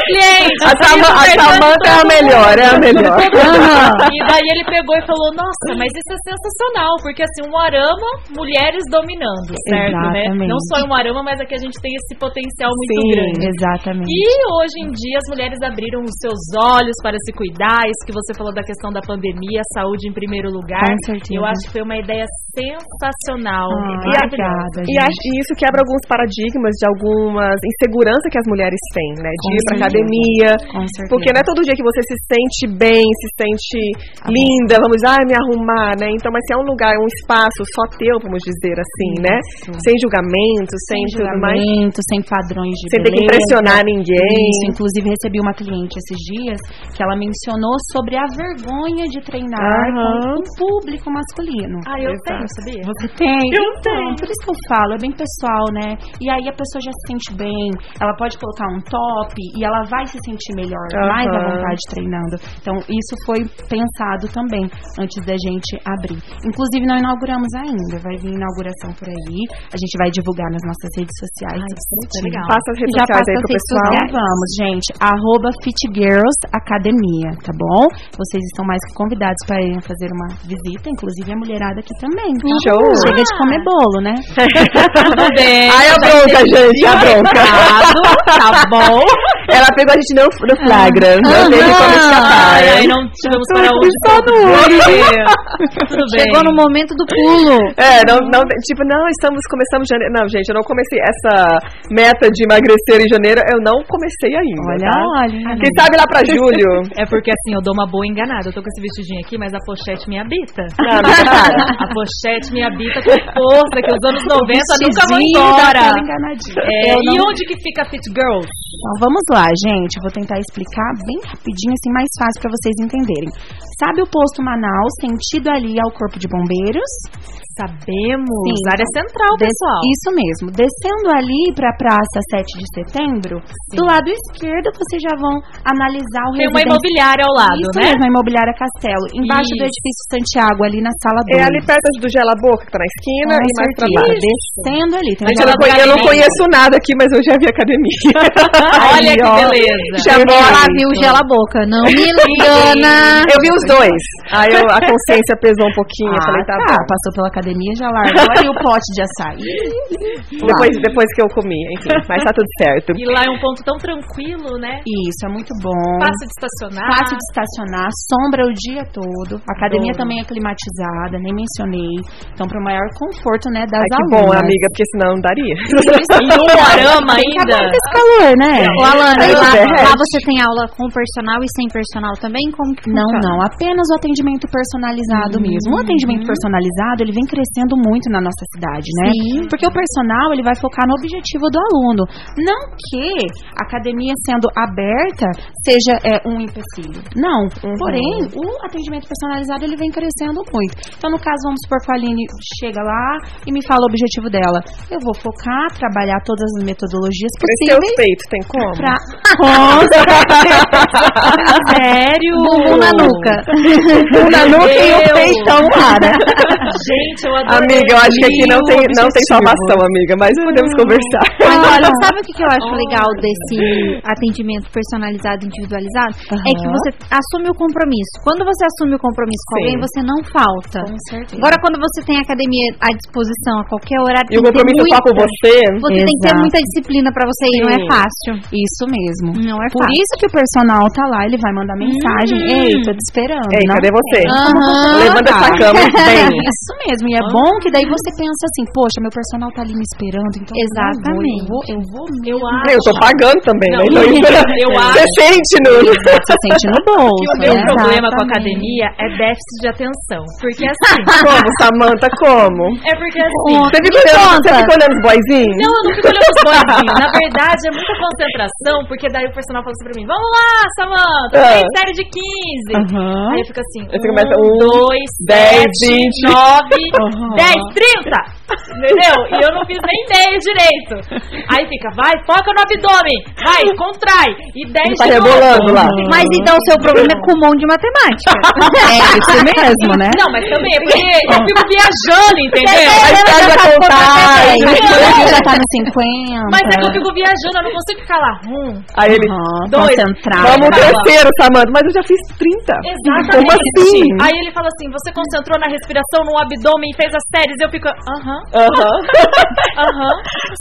[SPEAKER 4] cliente!
[SPEAKER 3] Ah, tá. A Sama- a Samanta é a melhor, é a melhor.
[SPEAKER 4] E daí ele pegou e falou: Nossa, mas isso é sensacional, porque assim, um arama, mulheres dominando, certo? Né?
[SPEAKER 5] Exatamente.
[SPEAKER 4] Não só em um arama, mas aqui a gente tem esse potencial muito
[SPEAKER 5] Sim,
[SPEAKER 4] grande.
[SPEAKER 5] exatamente.
[SPEAKER 4] E hoje em dia as mulheres abriram os seus olhos para se cuidar, isso que você falou da questão da pandemia, a saúde em primeiro lugar.
[SPEAKER 5] Com certeza.
[SPEAKER 4] Eu acho é que foi uma ideia sensacional.
[SPEAKER 5] Ah,
[SPEAKER 3] E a-
[SPEAKER 5] obrigada,
[SPEAKER 3] E acho que isso quebra alguns paradigmas de algumas insegurança que as mulheres têm, né? De
[SPEAKER 5] Com
[SPEAKER 3] ir pra
[SPEAKER 5] certeza.
[SPEAKER 3] academia.
[SPEAKER 5] Com certeza.
[SPEAKER 3] Porque não é todo dia que você se sente bem, se sente linda, vamos dizer, ah, me arrumar, né? Então, mas se é um lugar, um espaço só teu, vamos dizer assim, né? Sem julgamento, sem,
[SPEAKER 5] sem
[SPEAKER 3] tudo mais.
[SPEAKER 5] julgamento, sem padrões de
[SPEAKER 3] Sem ter que
[SPEAKER 5] beleza.
[SPEAKER 3] impressionar ninguém.
[SPEAKER 5] Isso, inclusive recebi uma cliente esses dias que ela mencionou sobre a vergonha de treinar
[SPEAKER 3] Aham.
[SPEAKER 5] com o público masculino.
[SPEAKER 4] Ah, eu
[SPEAKER 3] Exato.
[SPEAKER 4] tenho, sabia?
[SPEAKER 5] Você tem?
[SPEAKER 4] Eu
[SPEAKER 5] Então,
[SPEAKER 4] tenho.
[SPEAKER 5] Por isso que eu falo, é bem pessoal, né? E aí a pessoa já se sente bem, ela pode colocar um top e ela vai se sentir melhor,
[SPEAKER 3] Aham.
[SPEAKER 5] mais à vontade treinando. Então, isso foi pensado também antes da gente abrir. Inclusive, não inauguramos ainda, vai vir inauguração por aí. A gente vai divulgar nas nossas redes sociais. tá certinho.
[SPEAKER 4] legal.
[SPEAKER 3] Passa as redes
[SPEAKER 5] Já
[SPEAKER 3] sociais
[SPEAKER 5] passa
[SPEAKER 3] aí
[SPEAKER 5] as
[SPEAKER 3] pro
[SPEAKER 5] redes
[SPEAKER 3] pessoal.
[SPEAKER 5] sociais, vamos, gente. Arroba Fitgirls Academia, tá bom? Vocês estão mais que convidados para irem fazer uma visita, inclusive a mulherada aqui também. tá?
[SPEAKER 3] Show.
[SPEAKER 5] Chega de comer bolo, né?
[SPEAKER 4] Tudo bem.
[SPEAKER 3] Ai, a bronca, gente, a bronca.
[SPEAKER 4] Ah,
[SPEAKER 5] tá bom?
[SPEAKER 3] Ela pegou a gente no, no flagra, não teve como escapar.
[SPEAKER 4] Ai, ai, não tivemos para
[SPEAKER 3] Tudo
[SPEAKER 4] onde.
[SPEAKER 3] só no olho.
[SPEAKER 4] Tudo bem.
[SPEAKER 6] Chegou no momento do pulo.
[SPEAKER 3] É, não, não, tipo, não, estamos, começamos janeiro. Não, gente, eu não comecei essa meta de emagrecer em janeiro, eu não comecei ainda.
[SPEAKER 5] Olha,
[SPEAKER 3] tá?
[SPEAKER 5] olha.
[SPEAKER 3] Quem sabe lá pra julho?
[SPEAKER 4] É porque assim, eu dou uma boa enganada. Eu tô com esse vestidinho aqui, mas a pochete me habita.
[SPEAKER 3] Não, mas para.
[SPEAKER 4] A pochete me habita com força, que os anos 90 tá nunca vão
[SPEAKER 5] Vestidinho dá
[SPEAKER 4] embora.
[SPEAKER 5] aquela enganadinha.
[SPEAKER 4] É,
[SPEAKER 5] tá Eu
[SPEAKER 4] e
[SPEAKER 5] não-
[SPEAKER 4] onde que fica a Fit Girls?
[SPEAKER 5] Então vamos lá, gente. Vou tentar explicar bem rapidinho, assim, mais fácil para vocês entenderem. Sabe o posto Manaus, sentido ali ao Corpo de Bombeiros?
[SPEAKER 4] Sabemos.
[SPEAKER 5] Sim.
[SPEAKER 4] Área central,
[SPEAKER 5] Des-
[SPEAKER 4] pessoal.
[SPEAKER 5] Isso mesmo. Descendo ali para a Praça 7 de Setembro, do lado esquerdo vocês já vão analisar o
[SPEAKER 4] Tem uma
[SPEAKER 5] residência-
[SPEAKER 4] imobiliária ao lado,
[SPEAKER 5] Isso
[SPEAKER 4] né?
[SPEAKER 5] mesmo, a imobiliária Castelo, embaixo do
[SPEAKER 4] Isso.
[SPEAKER 5] edifício Santiago, ali na sala
[SPEAKER 3] É
[SPEAKER 5] 2.
[SPEAKER 3] ali perto do Gela Boca, que tá na esquina, e mais pra baixo.
[SPEAKER 5] Descendo ali. Tem
[SPEAKER 3] Gente, eu,
[SPEAKER 5] um
[SPEAKER 3] não
[SPEAKER 5] elevador
[SPEAKER 3] conhe- eu não
[SPEAKER 5] ali.
[SPEAKER 3] conheço nada aqui, mas eu já vi academia.
[SPEAKER 4] Olha que
[SPEAKER 3] ó.
[SPEAKER 4] beleza.
[SPEAKER 3] Já
[SPEAKER 6] Eu lá
[SPEAKER 3] vi.
[SPEAKER 6] vi o gela boca. Não me engana.
[SPEAKER 3] então." Eu vi os dois. Aí eu- a consciência pesou um pouquinho. eu
[SPEAKER 5] Ah,
[SPEAKER 3] falei, tá,
[SPEAKER 5] tá,
[SPEAKER 3] bom.
[SPEAKER 5] passou pela academia, já largou ali o pote de açaí.
[SPEAKER 3] Depois, depois que eu comi, enfim. Mas tá tudo certo.
[SPEAKER 4] E lá é um ponto tão tranquilo, né?
[SPEAKER 5] Isso, é muito bom.
[SPEAKER 4] Fácil de estacionar.
[SPEAKER 5] Fácil de estacionar, sombra o dia todo. A academia
[SPEAKER 4] Adoro.
[SPEAKER 5] também é climatizada, nem mencionei. Então, para o maior conforto, né, das
[SPEAKER 3] Ai, que
[SPEAKER 5] alunas.
[SPEAKER 3] bom, amiga, porque senão não daria.
[SPEAKER 4] E no Moarama
[SPEAKER 5] Tem que acabar
[SPEAKER 4] ainda.
[SPEAKER 5] com esse calor, né? é.
[SPEAKER 6] Ô, Alana, e lá,
[SPEAKER 3] Derrete.
[SPEAKER 6] lá você tem aula com personal e sem personal também? Como que
[SPEAKER 5] Não,
[SPEAKER 6] funciona? Hum.
[SPEAKER 5] não, apenas o atendimento personalizado mesmo. O atendimento personalizado, ele vem crescendo muito na nossa cidade, né?
[SPEAKER 6] Sim.
[SPEAKER 5] Porque o personal, ele vai focar no objetivo do aluno. Não que a academia sendo aberta seja é, um empecilho. Não.
[SPEAKER 6] Uhum.
[SPEAKER 5] Porém, o atendimento personalizado, ele vem crescendo muito. Então, no caso, vamos supor que a Aline chega lá e me fala o objetivo dela. Eu vou focar, trabalhar todas as metodologias
[SPEAKER 3] Crescer
[SPEAKER 5] possíveis
[SPEAKER 3] os peitos, é tem como?
[SPEAKER 5] né? pra... Com certeza. Sério?
[SPEAKER 6] Bumbum na nuca.
[SPEAKER 3] Um na nuca e um
[SPEAKER 4] Meu.
[SPEAKER 3] peitão lá, né?
[SPEAKER 4] Gente, eu adoro.
[SPEAKER 3] Amiga, eu acho que aqui não tem, não tem
[SPEAKER 5] objetivo.
[SPEAKER 3] salvação, amiga, mas podemos conversar.
[SPEAKER 6] Mas olha, sabe o que, que eu acho legal desse atendimento personalizado, individualizado? É que você assume o compromisso. Quando você assume o compromisso com
[SPEAKER 3] Sim.
[SPEAKER 6] alguém, você não falta.
[SPEAKER 5] Com certeza.
[SPEAKER 6] Agora, quando você tem a academia à disposição a qualquer horário,
[SPEAKER 3] E o
[SPEAKER 6] tem que ter
[SPEAKER 3] compromisso é só com
[SPEAKER 6] muita-
[SPEAKER 3] você.
[SPEAKER 6] Você tem que ter
[SPEAKER 5] Exato.
[SPEAKER 6] muita disciplina pra você ir, não é
[SPEAKER 3] Sim.
[SPEAKER 6] fácil.
[SPEAKER 5] Isso mesmo.
[SPEAKER 6] Não é
[SPEAKER 5] Por
[SPEAKER 6] fácil. Uhum.
[SPEAKER 5] isso que o personal tá lá, ele vai mandar mensagem. Ei, tô te esperando.
[SPEAKER 3] Ei,
[SPEAKER 5] não
[SPEAKER 3] cadê
[SPEAKER 5] tem
[SPEAKER 3] você?
[SPEAKER 5] como
[SPEAKER 6] Aham.
[SPEAKER 5] você
[SPEAKER 3] Levanta essa
[SPEAKER 5] voltar.
[SPEAKER 3] cama, vem.
[SPEAKER 5] Tá. Isso mesmo, e é bom que daí você pensa assim, poxa, meu personal tá ali me esperando, então eu vou,
[SPEAKER 6] Exatamente.
[SPEAKER 5] eu vou, eu vou
[SPEAKER 4] Eu acho.
[SPEAKER 3] Eu tô pagando também, né?
[SPEAKER 4] Não,
[SPEAKER 3] Então,
[SPEAKER 4] eu acho.
[SPEAKER 3] Você sente no...
[SPEAKER 5] você sente no bolso.
[SPEAKER 4] que o meu
[SPEAKER 5] né?
[SPEAKER 4] problema com a
[SPEAKER 5] Exatamente.
[SPEAKER 4] academia é déficit de atenção. Porque assim.
[SPEAKER 3] Como, Samanta, como?
[SPEAKER 4] É porque assim.
[SPEAKER 3] Você fica olhando, você fica olhando os boyzinhos?
[SPEAKER 4] Não, eu não fico olhando os boizinhos. Na verdade, é muita concentração, porque daí o personal fala assim pra mim: Vamos lá, Samanta,
[SPEAKER 3] Ah.
[SPEAKER 4] tem série de 15.
[SPEAKER 5] Aham.
[SPEAKER 4] Aí eu fico assim:
[SPEAKER 3] Aí você começa,
[SPEAKER 4] 1,
[SPEAKER 3] um,
[SPEAKER 4] 2,
[SPEAKER 3] dez,
[SPEAKER 4] 10,
[SPEAKER 3] vinte.
[SPEAKER 4] 9, 10, 30. Entendeu? E eu não fiz nem 10 direito. Aí fica: Vai, foca no abdômen. Vai, contrai. E 10
[SPEAKER 3] Tá
[SPEAKER 4] de novo.
[SPEAKER 3] rebolando lá.
[SPEAKER 6] Mas então o seu problema é com mão de matemática.
[SPEAKER 5] É, isso mesmo, né? É,
[SPEAKER 4] Não, mas também é porque eu fico viajando,
[SPEAKER 3] é
[SPEAKER 4] entendeu?
[SPEAKER 3] Aí faz a contagem.
[SPEAKER 5] Hoje é já tá no 50.
[SPEAKER 4] Mas é que eu fico viajando, eu não consigo ficar lá. Um,
[SPEAKER 3] Aí ele,
[SPEAKER 5] Aham,
[SPEAKER 4] Dois.
[SPEAKER 5] concentrado.
[SPEAKER 3] vamos
[SPEAKER 4] tá bom.
[SPEAKER 3] terceiro, Samanta. Mas eu já fiz 30.
[SPEAKER 4] Exatamente.
[SPEAKER 3] Como assim?
[SPEAKER 4] Aí ele fala assim: você concentrou na respiração, no abdômen, fez as séries. Eu fico, aham,
[SPEAKER 3] Aham.
[SPEAKER 4] aham.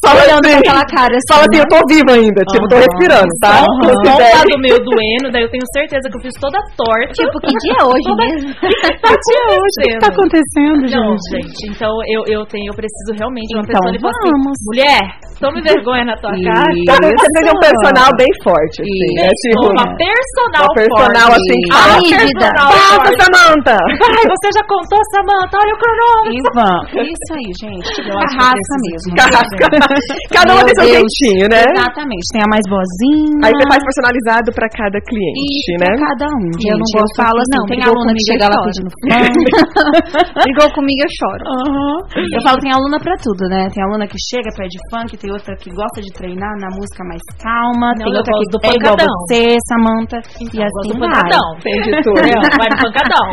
[SPEAKER 3] Só olhando pra
[SPEAKER 5] aquela cara, assim,
[SPEAKER 3] Fala assim, eu tô viva ainda, tipo, tô
[SPEAKER 5] Aham.
[SPEAKER 3] respirando, tá?
[SPEAKER 4] O
[SPEAKER 3] Se
[SPEAKER 4] som
[SPEAKER 3] der-
[SPEAKER 4] tá do meu doendo, daí eu tenho certeza que eu fiz toda torta.
[SPEAKER 6] tipo, que dia é hoje
[SPEAKER 3] assim,
[SPEAKER 6] mesmo?
[SPEAKER 3] é
[SPEAKER 4] dia hoje?
[SPEAKER 5] O que tá acontecendo,
[SPEAKER 4] Não,
[SPEAKER 5] gente?
[SPEAKER 4] gente, então eu, eu tenho, eu preciso realmente de uma
[SPEAKER 5] Então,
[SPEAKER 4] pessoa que fala assim,
[SPEAKER 5] vamos.
[SPEAKER 4] mulher, tome vergonha na tua cara.
[SPEAKER 3] Tá vendo? Você tem um personal bem forte, assim. É
[SPEAKER 4] Gente,
[SPEAKER 3] tipo,
[SPEAKER 4] uma personal
[SPEAKER 3] uma personal
[SPEAKER 4] forte.
[SPEAKER 3] assim que
[SPEAKER 4] Ah,
[SPEAKER 3] fala,
[SPEAKER 6] Rígida.
[SPEAKER 4] personal
[SPEAKER 3] Passa,
[SPEAKER 4] forte.
[SPEAKER 3] Samanta!
[SPEAKER 4] Ai, você já contou, Samanta? Olha o cronômetro.
[SPEAKER 5] Ivan, é isso aí, gente. Eu acho que é
[SPEAKER 3] Carrasca
[SPEAKER 5] mesmo.
[SPEAKER 3] Cada uma
[SPEAKER 5] Meu
[SPEAKER 3] tem seu
[SPEAKER 5] Deus.
[SPEAKER 3] jeitinho, né?
[SPEAKER 5] Exatamente. Tem a mais boazinha.
[SPEAKER 3] Aí você faz personalizado pra cada cliente,
[SPEAKER 5] Isso,
[SPEAKER 3] né?
[SPEAKER 5] cada um.
[SPEAKER 6] Gente,
[SPEAKER 5] eu não
[SPEAKER 6] eu
[SPEAKER 5] gosto, eu
[SPEAKER 6] falo
[SPEAKER 5] falo
[SPEAKER 6] assim,
[SPEAKER 5] não. Tem
[SPEAKER 6] brigou
[SPEAKER 5] aluna que
[SPEAKER 6] comigo,
[SPEAKER 5] chega
[SPEAKER 6] eu
[SPEAKER 5] lá
[SPEAKER 6] choro.
[SPEAKER 5] pedindo fã.
[SPEAKER 6] Brigou comigo, eu choro.
[SPEAKER 5] Eu falo, tem aluna pra tudo, né? Tem aluna que chega, pede funk, tem outra que gosta de treinar na música mais calma,
[SPEAKER 4] Não,
[SPEAKER 5] tem
[SPEAKER 4] eu
[SPEAKER 5] outra que
[SPEAKER 4] gosto do
[SPEAKER 5] é igual
[SPEAKER 4] pancadão. Então,
[SPEAKER 5] você, Samanta, e
[SPEAKER 4] Eu
[SPEAKER 5] assim
[SPEAKER 4] gosto do
[SPEAKER 5] vai.
[SPEAKER 4] um pancadão.
[SPEAKER 3] Tem de tudo.
[SPEAKER 4] É, vai no pancadão.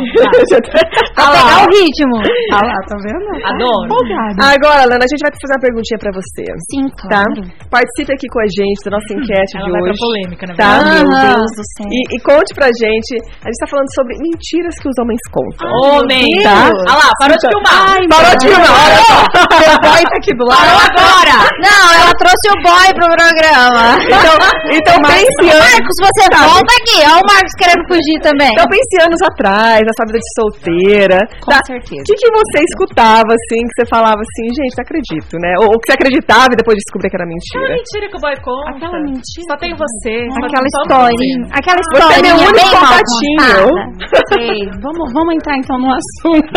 [SPEAKER 4] tá?
[SPEAKER 6] Pra pegar o ritmo.
[SPEAKER 5] Ah lá, tá vendo?
[SPEAKER 4] Adoro.
[SPEAKER 5] Empolgada.
[SPEAKER 3] Agora, Lana, a gente vai fazer uma perguntinha pra você,
[SPEAKER 5] Sim,
[SPEAKER 3] tá?
[SPEAKER 5] claro.
[SPEAKER 3] Participe aqui com a gente da nossa enquete
[SPEAKER 4] Uhum. Ela
[SPEAKER 3] de
[SPEAKER 4] vai pra
[SPEAKER 3] hoje.
[SPEAKER 4] polêmica, na
[SPEAKER 3] Tá,
[SPEAKER 4] verdade.
[SPEAKER 3] meu
[SPEAKER 5] Aham.
[SPEAKER 3] Deus
[SPEAKER 5] do céu.
[SPEAKER 3] E, e conte pra gente, a gente tá falando sobre mentiras que os homens contam.
[SPEAKER 4] Homem!
[SPEAKER 3] Tá?
[SPEAKER 4] Olha lá, parou de filmar!
[SPEAKER 3] Parou de filmar, olha só. Meu boy tá aqui do lado.
[SPEAKER 4] Parou agora!
[SPEAKER 6] Não, ela trouxe o boy pro programa.
[SPEAKER 3] Então, então pense anos.
[SPEAKER 6] Marcos, você
[SPEAKER 3] Sabe?
[SPEAKER 6] volta aqui. Olha o Marcos querendo fugir também.
[SPEAKER 3] Então pense anos atrás, na sua vida de solteira. tá?
[SPEAKER 5] Com certeza.
[SPEAKER 3] O que, que você escutava, assim, que você falava assim, gente, não acredito, né? Ou, ou que você acreditava e depois descobria que era
[SPEAKER 4] Aquela
[SPEAKER 3] mentira.
[SPEAKER 4] mentira que o boy conta.
[SPEAKER 5] Aquela mentira
[SPEAKER 4] Só tem você. só
[SPEAKER 6] Aquela
[SPEAKER 5] um
[SPEAKER 4] tem só
[SPEAKER 6] historinha.
[SPEAKER 4] você.
[SPEAKER 6] Aquela
[SPEAKER 3] Você é
[SPEAKER 6] historinha
[SPEAKER 3] meu único
[SPEAKER 6] bem mal
[SPEAKER 3] contatinho.
[SPEAKER 6] contada.
[SPEAKER 5] Sei. vamos, vamos entrar então no assunto.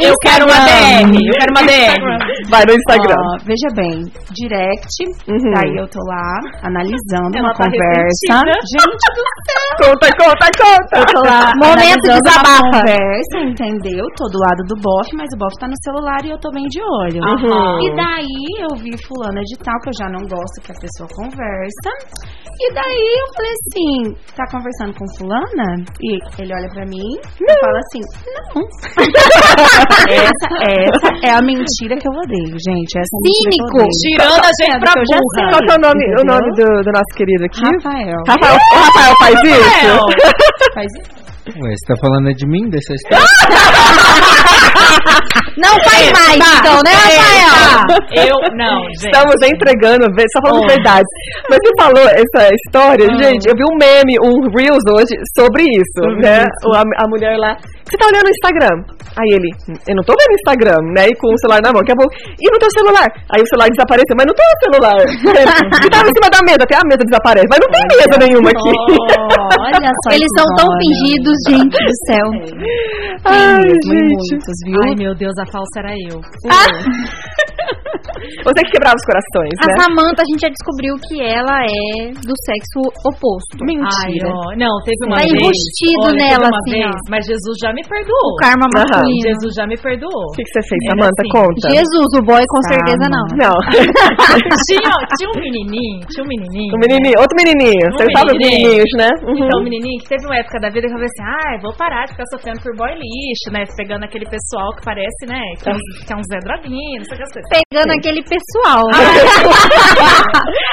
[SPEAKER 4] Eu quero uma
[SPEAKER 5] Instagram.
[SPEAKER 4] DM. Eu quero uma DM.
[SPEAKER 3] um Vai no Instagram.
[SPEAKER 5] Ó, veja bem, direct,
[SPEAKER 3] Uhum.
[SPEAKER 5] daí eu tô lá analisando
[SPEAKER 4] Ela
[SPEAKER 5] uma
[SPEAKER 4] tá
[SPEAKER 5] conversa.
[SPEAKER 4] ressentida.
[SPEAKER 5] Gente do
[SPEAKER 3] Conta, conta, conta.
[SPEAKER 5] Eu tô lá.
[SPEAKER 6] Momento
[SPEAKER 5] analisando uma
[SPEAKER 6] desabafa.
[SPEAKER 5] Conversa, entendeu? Tô do lado do bofe, mas o bofe tá no celular e eu tô bem de olho.
[SPEAKER 3] Uhum.
[SPEAKER 5] E daí eu vi fulana de tal, que eu já não gosto que a pessoa conversa. E daí eu falei assim, tá conversando com fulana? E ele olha pra mim e fala assim, não. essa, essa é a mentira que eu odeio, gente. Essa é a mentira que eu
[SPEAKER 6] Cínico.
[SPEAKER 5] odeio.
[SPEAKER 4] Tirando a gente
[SPEAKER 5] Sendo
[SPEAKER 4] pra
[SPEAKER 5] que eu já
[SPEAKER 4] burra.
[SPEAKER 5] sei,
[SPEAKER 3] Qual que é o nome, o
[SPEAKER 5] entendeu?
[SPEAKER 3] nome do, do nosso querido aqui?
[SPEAKER 5] Rafael.
[SPEAKER 3] Rafael, o Rafael faz isso?
[SPEAKER 5] Faz
[SPEAKER 9] Ué, você tá falando é de mim dessa história?
[SPEAKER 6] Não faz mais, então, né, Rafael?
[SPEAKER 4] Eu não, gente.
[SPEAKER 3] Estamos entregando, ve- só falando verdade. Mas você falou essa história, gente, eu vi um meme, um Reels hoje sobre isso, né? O- A, a mulher lá, você tá olhando o Instagram? Aí ele, eu não tô vendo o Instagram, né? E com o celular na mão, daqui a pouco, e no teu celular? Aí o celular desapareceu, mas não tem o celular. e tava em cima da mesa, até a mesa desaparece, mas não tem mesa nenhuma aqui.
[SPEAKER 5] Olha só.
[SPEAKER 6] Tá Eles
[SPEAKER 5] que
[SPEAKER 6] são tão
[SPEAKER 5] dó, né?
[SPEAKER 6] fingidos, gente do céu.
[SPEAKER 3] Ai,
[SPEAKER 5] mesmo, e
[SPEAKER 3] gente.
[SPEAKER 5] muitos, viu?
[SPEAKER 4] Ai, meu Deus, a falsa era eu.
[SPEAKER 3] Você que quebrava os corações,
[SPEAKER 6] A
[SPEAKER 3] né?
[SPEAKER 4] Ah,
[SPEAKER 6] Samanta, a gente já descobriu que ela é do sexo oposto.
[SPEAKER 4] Ai, é. ó. Não, teve uma
[SPEAKER 6] Tá
[SPEAKER 4] vez. olha,
[SPEAKER 6] embustido
[SPEAKER 4] teve
[SPEAKER 6] nela,
[SPEAKER 4] uma
[SPEAKER 6] assim,
[SPEAKER 4] vez,
[SPEAKER 6] ó.
[SPEAKER 4] Mas Jesus já me perdoou.
[SPEAKER 6] Karma
[SPEAKER 3] Aham.
[SPEAKER 6] masculino.
[SPEAKER 4] Jesus já me perdoou.
[SPEAKER 3] O que, que você fez,
[SPEAKER 4] Era
[SPEAKER 3] Samanta?
[SPEAKER 4] assim.
[SPEAKER 3] Conta.
[SPEAKER 6] Jesus, o boy com certeza não.
[SPEAKER 3] Não.
[SPEAKER 4] tinha, tinha um menininho, tinha um menininho.
[SPEAKER 3] Um menininho, outro menininho.
[SPEAKER 4] Um
[SPEAKER 3] Você sabe os
[SPEAKER 4] menininho.
[SPEAKER 3] menininhos, né? Uhum.
[SPEAKER 4] Então, o menininho que teve uma época da vida que eu falei assim: ai, vou parar de ficar sofrendo por boy lixo, né? Pegando aquele pessoal que parece, né? Que é um, que é um Zé Droguinha, não sei o que as coisas.
[SPEAKER 6] Pegando aquele pessoal.
[SPEAKER 3] Ah,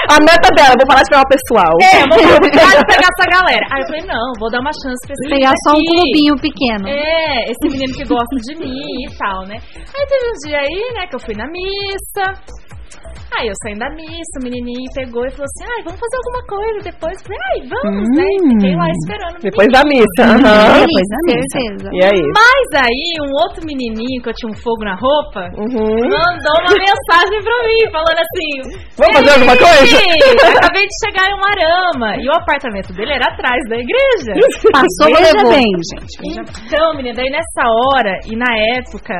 [SPEAKER 3] A meta dela, vou parar de pegar o pessoal.
[SPEAKER 4] É, vou parar de pegar essa galera. Aí eu falei: não, vou dar uma chance pra esse
[SPEAKER 6] Pegar
[SPEAKER 4] menino
[SPEAKER 6] só um
[SPEAKER 4] aqui.
[SPEAKER 6] clubinho pequeno.
[SPEAKER 4] É, esse menino que gosta de mim e tal, né? Aí teve um dia aí, né, que eu fui na missa. Aí eu saindo da missa, o menininho pegou e falou assim: ai, vamos fazer alguma coisa depois. Eu falei: ai, vamos, né?
[SPEAKER 6] Hum.
[SPEAKER 4] E Fiquei lá esperando. o
[SPEAKER 3] Depois da missa.
[SPEAKER 6] Delícia,
[SPEAKER 3] aham.
[SPEAKER 6] certeza.
[SPEAKER 3] E é aí?
[SPEAKER 4] Mas aí, um outro menininho que eu tinha um fogo na roupa
[SPEAKER 3] Uhum.
[SPEAKER 4] mandou uma mensagem pra mim, falando assim:
[SPEAKER 3] Vamos fazer alguma coisa?
[SPEAKER 4] "Ei, Acabei de chegar em uma arama. E o apartamento dele era atrás da igreja.
[SPEAKER 6] Passou,
[SPEAKER 5] Veja
[SPEAKER 6] levou.
[SPEAKER 5] bem, gente.
[SPEAKER 4] Então, menina, daí nessa hora e na época,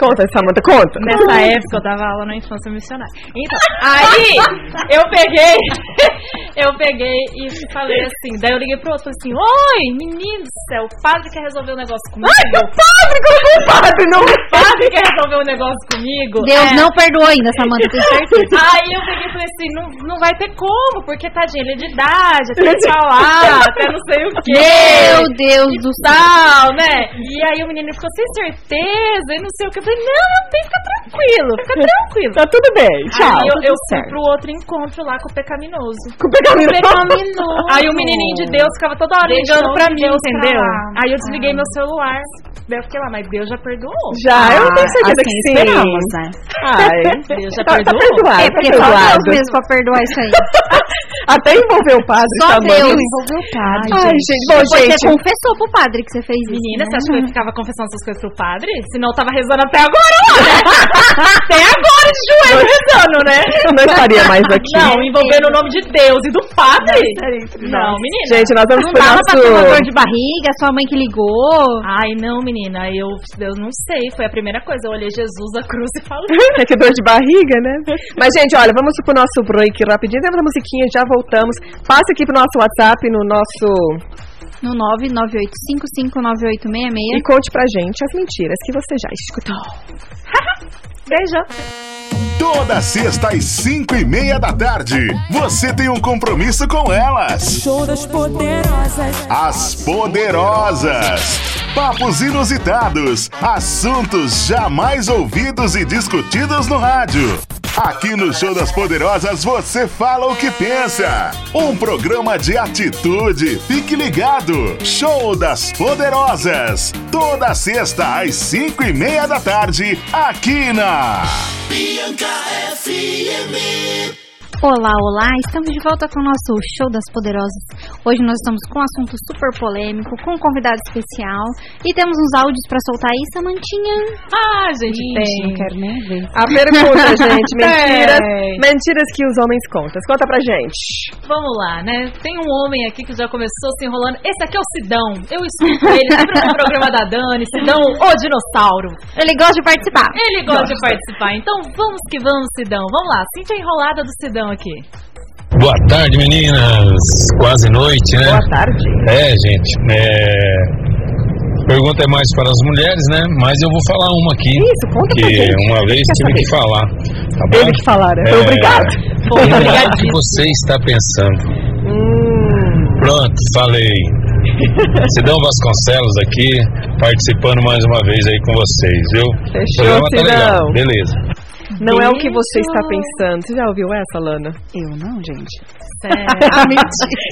[SPEAKER 3] Conta, Samanta, conta.
[SPEAKER 4] nessa época eu dava aula na infância missionária. Então, aí eu peguei, eu peguei e falei assim, daí eu liguei pro outro assim, oi, menino do céu, o padre quer resolver o negócio
[SPEAKER 3] Ai,
[SPEAKER 4] comigo.
[SPEAKER 3] meu padre, como é o padre? Não
[SPEAKER 4] O padre quer resolver o negócio comigo.
[SPEAKER 6] Deus
[SPEAKER 4] É.
[SPEAKER 6] não perdoou ainda, Samanta, tenho certeza.
[SPEAKER 4] Aí eu peguei e falei assim, não, não vai ter como, porque tadinho, ele é de idade, até falar, até não sei o quê.
[SPEAKER 6] Meu Deus do céu.
[SPEAKER 4] Tal, né? E aí o menino ficou sem certeza, e não sei o que. Eu falei, não, não tem, fica tranquilo, fica tranquilo.
[SPEAKER 3] Tá tudo bem, tchau.
[SPEAKER 4] aí eu, eu fui
[SPEAKER 3] certo.
[SPEAKER 4] pro outro encontro lá com o Pecaminoso.
[SPEAKER 3] Com o pecaminoso.
[SPEAKER 4] Pecaminoso. Aí o menininho de Deus ficava toda hora
[SPEAKER 5] Deixou
[SPEAKER 4] ligando pra
[SPEAKER 5] de
[SPEAKER 4] mim,
[SPEAKER 5] Deus pra
[SPEAKER 4] entendeu?
[SPEAKER 5] lá.
[SPEAKER 4] aí eu desliguei meu celular. Daí eu fiquei lá, mas Deus já perdoou.
[SPEAKER 3] Já, Ah, eu
[SPEAKER 6] Ah,
[SPEAKER 3] tenho certeza
[SPEAKER 5] assim
[SPEAKER 3] que sim.
[SPEAKER 5] esperamos, né?
[SPEAKER 3] Ai,
[SPEAKER 4] Deus já
[SPEAKER 3] tá, tá
[SPEAKER 4] perdoou.
[SPEAKER 3] perdoado,
[SPEAKER 6] É
[SPEAKER 3] tá
[SPEAKER 6] porque só Deus
[SPEAKER 3] perdoado.
[SPEAKER 6] mesmo pra perdoar isso aí.
[SPEAKER 3] Até envolveu o padre
[SPEAKER 5] Só
[SPEAKER 3] também.
[SPEAKER 5] Deus.
[SPEAKER 10] Envolveu o padre.
[SPEAKER 3] Ai, gente. Bom,
[SPEAKER 5] Depois
[SPEAKER 3] gente.
[SPEAKER 5] você confessou pro padre que você fez isso.
[SPEAKER 4] Menina,
[SPEAKER 5] né?
[SPEAKER 4] você acha
[SPEAKER 6] Uhum.
[SPEAKER 4] que eu ficava confessando essas coisas pro padre? Senão eu tava rezando até agora, ó, né? Até agora de joelho rezando, né?
[SPEAKER 3] Não estaria mais aqui.
[SPEAKER 4] Não, envolvendo o nome de Deus e do padre? Não, menina.
[SPEAKER 3] Gente, nós vamos
[SPEAKER 5] Não
[SPEAKER 3] pro
[SPEAKER 5] tava passando uma dor
[SPEAKER 3] nosso.
[SPEAKER 5] de barriga, sua mãe que ligou.
[SPEAKER 4] Ai, não, menina, eu, eu não sei. Foi a primeira coisa. Eu olhei Jesus da cruz e falei.
[SPEAKER 3] É que dor de barriga, né? Mas, gente, olha, vamos pro nosso break rapidinho. Temos a musiquinha, já voltamos. Passa aqui pro nosso WhatsApp, no nosso
[SPEAKER 5] No 998559866.
[SPEAKER 3] E conte pra gente as mentiras que você já escutou. Beijo.
[SPEAKER 7] Toda sexta às cinco e meia da tarde, você tem um compromisso com elas.
[SPEAKER 11] Show das poderosas.
[SPEAKER 7] As Poderosas. Papos inusitados, assuntos jamais ouvidos e discutidos no rádio. Aqui no Show das Poderosas você fala o que pensa. Um programa de atitude. Fique ligado. Show das Poderosas. Toda sexta às cinco e meia da tarde, aqui na.
[SPEAKER 5] Olá, olá! Estamos de volta com o nosso Show das Poderosas. Hoje nós estamos com um assunto super polêmico, com um convidado especial e temos uns áudios pra soltar aí, Samantinha.
[SPEAKER 4] Ah, gente,
[SPEAKER 10] Não
[SPEAKER 4] tem.
[SPEAKER 10] quero nem ver.
[SPEAKER 3] A pergunta, gente. Mentiras. Mentiras que os homens contam. Conta pra gente.
[SPEAKER 4] Vamos lá, né? Tem um homem aqui que já começou se enrolando. Esse aqui é o Sidão. Eu escuto ele sempre no programa da Dani. Sidão, o dinossauro.
[SPEAKER 5] Ele gosta de participar.
[SPEAKER 4] Ele gosta de participar. Então vamos que vamos, Sidão. Vamos lá. Sente a enrolada do Sidão aqui.
[SPEAKER 6] Boa tarde, meninas. Quase noite, né?
[SPEAKER 3] Boa tarde.
[SPEAKER 6] É, gente. É... Pergunta é mais para as mulheres, né? Mas eu vou falar uma aqui.
[SPEAKER 3] Isso, conta pra
[SPEAKER 6] que
[SPEAKER 3] gente.
[SPEAKER 6] uma vez
[SPEAKER 12] é
[SPEAKER 3] Quer
[SPEAKER 6] tive
[SPEAKER 3] saber?
[SPEAKER 6] que falar. Tá bom?
[SPEAKER 3] Teve que falar, né? Foi
[SPEAKER 6] É.
[SPEAKER 3] obrigado.
[SPEAKER 6] Foi
[SPEAKER 12] é
[SPEAKER 6] o que você está pensando.
[SPEAKER 3] Hum,
[SPEAKER 6] Pronto, falei. Sidão Vasconcelos aqui, participando mais uma vez aí com vocês, viu?
[SPEAKER 3] Fechou,
[SPEAKER 6] O programa tá legal.
[SPEAKER 3] Sidão.
[SPEAKER 6] Beleza.
[SPEAKER 3] Não é o que você está pensando. Você já ouviu essa, Lana? Ah,
[SPEAKER 10] Eu não, gente.
[SPEAKER 4] Sério.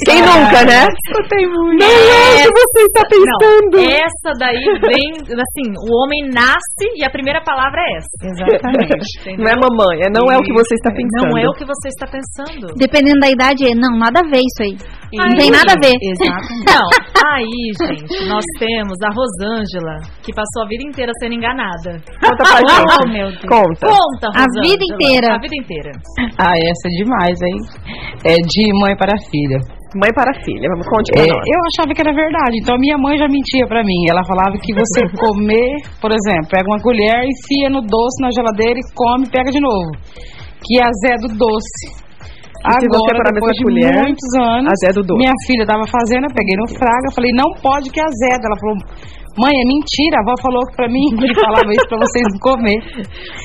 [SPEAKER 3] Quem nunca, né? Eu tenho muito. Não é o que você está pensando.
[SPEAKER 4] Essa daí vem, assim, o homem nasce e a primeira palavra é essa.
[SPEAKER 10] Exatamente.
[SPEAKER 3] Não é mamãe, é não é o que você está pensando.
[SPEAKER 4] Não é o que você está pensando.
[SPEAKER 5] Dependendo da idade, é, não, nada a ver isso aí. Não
[SPEAKER 4] Ai,
[SPEAKER 5] tem nada a ver.
[SPEAKER 10] Exatamente.
[SPEAKER 4] Então, aí, gente, nós temos a Rosângela, que passou a vida inteira sendo enganada.
[SPEAKER 3] Conta pra gente.
[SPEAKER 4] Oh, meu Deus.
[SPEAKER 3] Conta.
[SPEAKER 4] Conta,
[SPEAKER 5] A
[SPEAKER 4] Rosângela.
[SPEAKER 5] vida inteira.
[SPEAKER 4] A vida inteira.
[SPEAKER 12] Ah, essa é demais, hein? É de mãe para filha.
[SPEAKER 3] Mãe para filha. Vamos, conte pra
[SPEAKER 12] É,
[SPEAKER 3] nós.
[SPEAKER 12] eu achava que era verdade, então a minha mãe já mentia pra mim. Ela falava que você comer, por exemplo, pega uma colher, enfia no doce na geladeira e come e pega de novo. Que azé do doce.
[SPEAKER 3] se você
[SPEAKER 12] Agora,
[SPEAKER 3] parar nessa
[SPEAKER 12] depois de
[SPEAKER 3] colher,
[SPEAKER 12] muitos anos,
[SPEAKER 3] azé do doce.
[SPEAKER 12] minha filha tava fazendo, eu peguei no fraga, falei, não pode que é azeda. Ela falou, mãe, é mentira, a avó falou pra mim que falava isso pra vocês não comer.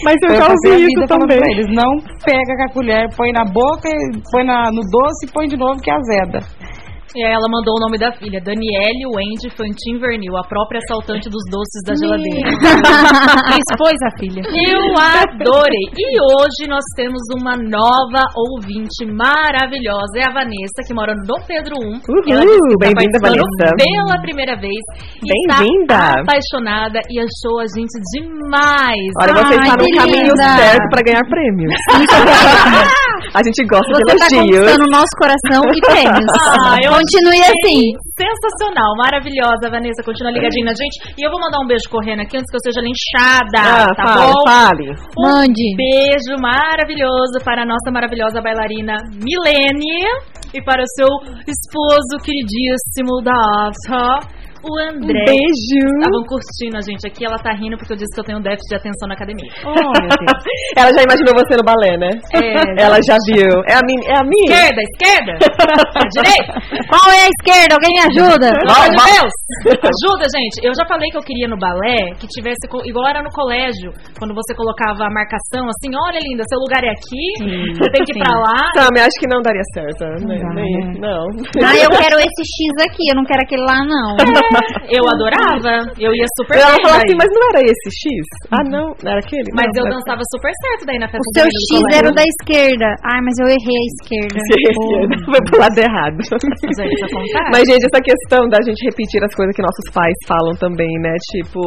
[SPEAKER 3] Mas eu já
[SPEAKER 12] passei a
[SPEAKER 3] ouvi
[SPEAKER 12] vida
[SPEAKER 3] isso
[SPEAKER 12] falando
[SPEAKER 3] também.
[SPEAKER 12] pra eles, não pega com a colher, põe na boca, e põe na- no doce e põe de novo que azeda.
[SPEAKER 4] E aí ela mandou o nome da filha, Daniele Wendy Fantin Vernil, a própria assaltante dos doces da geladeira.
[SPEAKER 10] Expôs a filha.
[SPEAKER 4] Eu adorei! E hoje nós temos uma nova ouvinte maravilhosa, é a Vanessa, que mora no Dom Pedro I.
[SPEAKER 3] Uhul,
[SPEAKER 4] Ela disse que tá
[SPEAKER 3] bem-vinda,
[SPEAKER 4] participando
[SPEAKER 3] Vanessa.
[SPEAKER 4] Pela primeira vez. e
[SPEAKER 3] Bem-vinda.
[SPEAKER 4] Tá apaixonada e achou a gente demais!
[SPEAKER 3] Olha, você
[SPEAKER 5] Ai,
[SPEAKER 3] está no
[SPEAKER 5] que
[SPEAKER 3] caminho
[SPEAKER 5] linda.
[SPEAKER 3] certo para ganhar prêmios. a gente gosta de
[SPEAKER 5] Você tá
[SPEAKER 3] elogios.
[SPEAKER 5] conquistando o nosso coração e prêmios.
[SPEAKER 4] Ah, eu
[SPEAKER 5] Continue assim.
[SPEAKER 4] Sensacional, maravilhosa, Vanessa. Continua
[SPEAKER 3] É.
[SPEAKER 4] ligadinha na gente. E eu vou mandar um beijo correndo aqui antes que eu seja linchada.
[SPEAKER 3] Ah,
[SPEAKER 4] tá
[SPEAKER 3] fale,
[SPEAKER 4] bom?
[SPEAKER 3] fale.
[SPEAKER 4] Um
[SPEAKER 5] Mande.
[SPEAKER 4] beijo maravilhoso para a nossa maravilhosa bailarina Milene e para o seu esposo queridíssimo da Asa, o André.
[SPEAKER 3] Um Beijo.
[SPEAKER 4] Estavam curtindo a gente aqui, ela tá rindo porque eu disse que eu tenho déficit de atenção na academia.
[SPEAKER 3] É. Ela já imaginou você no balé, né?
[SPEAKER 4] É,
[SPEAKER 3] Ela já viu. É a minha. É a minha?
[SPEAKER 4] Esquerda, esquerda, à direita.
[SPEAKER 5] Qual é a esquerda? Alguém me ajuda?
[SPEAKER 4] Pelo amor de Deus! Ajuda, gente. Eu já falei que eu queria no balé que tivesse, co- igual era no colégio, quando você colocava a marcação assim: olha, linda, seu lugar é aqui, você tem que ir pra lá.
[SPEAKER 3] Tá, mas acho que não daria certo. né? Nem- Não.
[SPEAKER 6] Ah,
[SPEAKER 5] Ah, eu quero esse X aqui, eu não quero aquele lá, não.
[SPEAKER 4] É, Eu adorava. Eu ia super
[SPEAKER 3] Ela
[SPEAKER 4] bem.
[SPEAKER 3] falou assim,
[SPEAKER 4] daí.
[SPEAKER 3] mas não era esse X? Ah, não, não era aquele?
[SPEAKER 4] Mas
[SPEAKER 3] Não,
[SPEAKER 4] eu
[SPEAKER 3] era-
[SPEAKER 4] dançava super certo daí na festa
[SPEAKER 6] O
[SPEAKER 4] do menino do
[SPEAKER 6] seu X
[SPEAKER 4] colégio.
[SPEAKER 6] era o da esquerda. Ai, mas eu errei a esquerda.
[SPEAKER 3] Foi pro lado errado.
[SPEAKER 4] É.
[SPEAKER 3] Mas, gente, essa questão da gente repetir as coisas que nossos pais falam também, né? Tipo,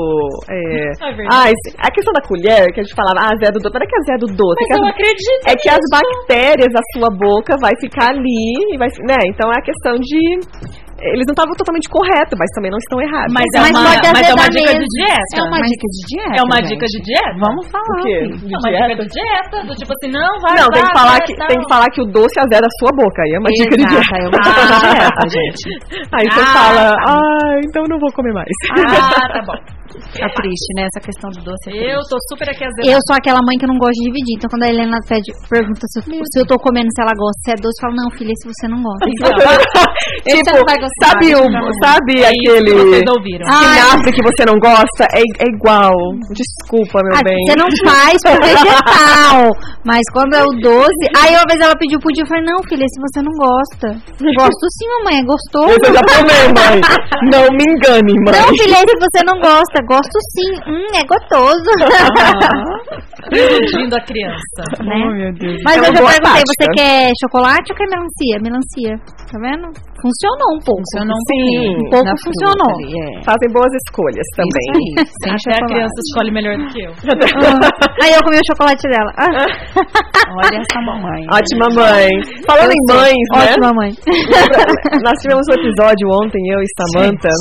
[SPEAKER 3] é,
[SPEAKER 4] É verdade.
[SPEAKER 3] ah, esse- a questão da colher, que a gente falava, ah, Zé do doce, para que a Zé do doce?
[SPEAKER 4] Mas
[SPEAKER 3] que as-
[SPEAKER 4] eu acredito
[SPEAKER 3] É que as bactérias da sua boca vai ficar ali, e vai, né? Então é a questão de... Eles não estavam totalmente corretos, mas também não estão errados.
[SPEAKER 4] Mas é Mas uma- pode mas é uma azedar dica de mesmo. dieta. É uma Mas- dica de
[SPEAKER 3] dieta.
[SPEAKER 4] É uma dica de dieta? Vamos falar.
[SPEAKER 3] O quê?
[SPEAKER 4] É uma dieta? dica de dieta, do tipo assim, não, vai
[SPEAKER 3] Não, tem
[SPEAKER 4] vai,
[SPEAKER 3] que, falar
[SPEAKER 4] vai, tá
[SPEAKER 3] que,
[SPEAKER 4] tal.
[SPEAKER 3] tem que falar que o doce azeda a sua boca. Aí é uma dica de
[SPEAKER 4] Exato,
[SPEAKER 3] dieta.
[SPEAKER 4] é uma dica de dieta,
[SPEAKER 3] gente. Aí você
[SPEAKER 4] Ah,
[SPEAKER 3] fala,
[SPEAKER 4] tá.
[SPEAKER 3] ah, então não vou comer mais.
[SPEAKER 4] Ah, tá bom.
[SPEAKER 6] Tá triste, né? Essa questão do doce.
[SPEAKER 4] Eu tô super aqui azedada.
[SPEAKER 6] Eu sou aquela mãe que eu não gosto de dividir. Então, quando a Helena pede, pergunta se, eu- se eu tô comendo, se ela gosta, se é doce, eu falo, não, filha, se você não gosta. Esse
[SPEAKER 3] tipo,
[SPEAKER 6] não vai gostar,
[SPEAKER 3] sabe,
[SPEAKER 6] deixa
[SPEAKER 3] o,
[SPEAKER 6] pra lá.
[SPEAKER 3] sabe
[SPEAKER 6] É isso que
[SPEAKER 3] aquele
[SPEAKER 6] vocês ouviram.
[SPEAKER 3] que
[SPEAKER 6] Ai.
[SPEAKER 3] nasce que você não gosta? É, é igual. Desculpa, meu
[SPEAKER 6] Ah,
[SPEAKER 3] bem.
[SPEAKER 6] Você não faz com vegetal. Mas quando é o doce. Aí uma vez ela pediu pudim, eu falei, não, filha, se você não gosta. Gosto sim, mamãe, é gostou?
[SPEAKER 3] Eu já tomei, mãe. Não me engane, é mãe.
[SPEAKER 6] Não, filha, se você não gosta. Gosto sim. Hum, é gostoso.
[SPEAKER 12] Ah,
[SPEAKER 4] Iludindo a criança.
[SPEAKER 6] Né?
[SPEAKER 4] Oh,
[SPEAKER 3] meu Deus.
[SPEAKER 6] Mas
[SPEAKER 4] É uma
[SPEAKER 6] eu já
[SPEAKER 4] boa
[SPEAKER 6] perguntei,
[SPEAKER 4] tática.
[SPEAKER 6] você quer chocolate ou quer melancia? Melancia, tá vendo? Funcionou um pouco. Funcionou
[SPEAKER 3] um pouquinho.
[SPEAKER 6] Um pouco
[SPEAKER 3] Na
[SPEAKER 6] funcionou.
[SPEAKER 3] Fazem boas escolhas também.
[SPEAKER 4] Até a criança escolhe melhor do que eu.
[SPEAKER 6] Ah, Aí eu comi o chocolate dela. Ah.
[SPEAKER 4] Olha essa mamãe.
[SPEAKER 3] Ótima mãe. Falando
[SPEAKER 6] Eu
[SPEAKER 3] em
[SPEAKER 6] sei.
[SPEAKER 3] mães, né?
[SPEAKER 6] Ótima mãe.
[SPEAKER 3] Nós tivemos um episódio ontem, eu e Samantha.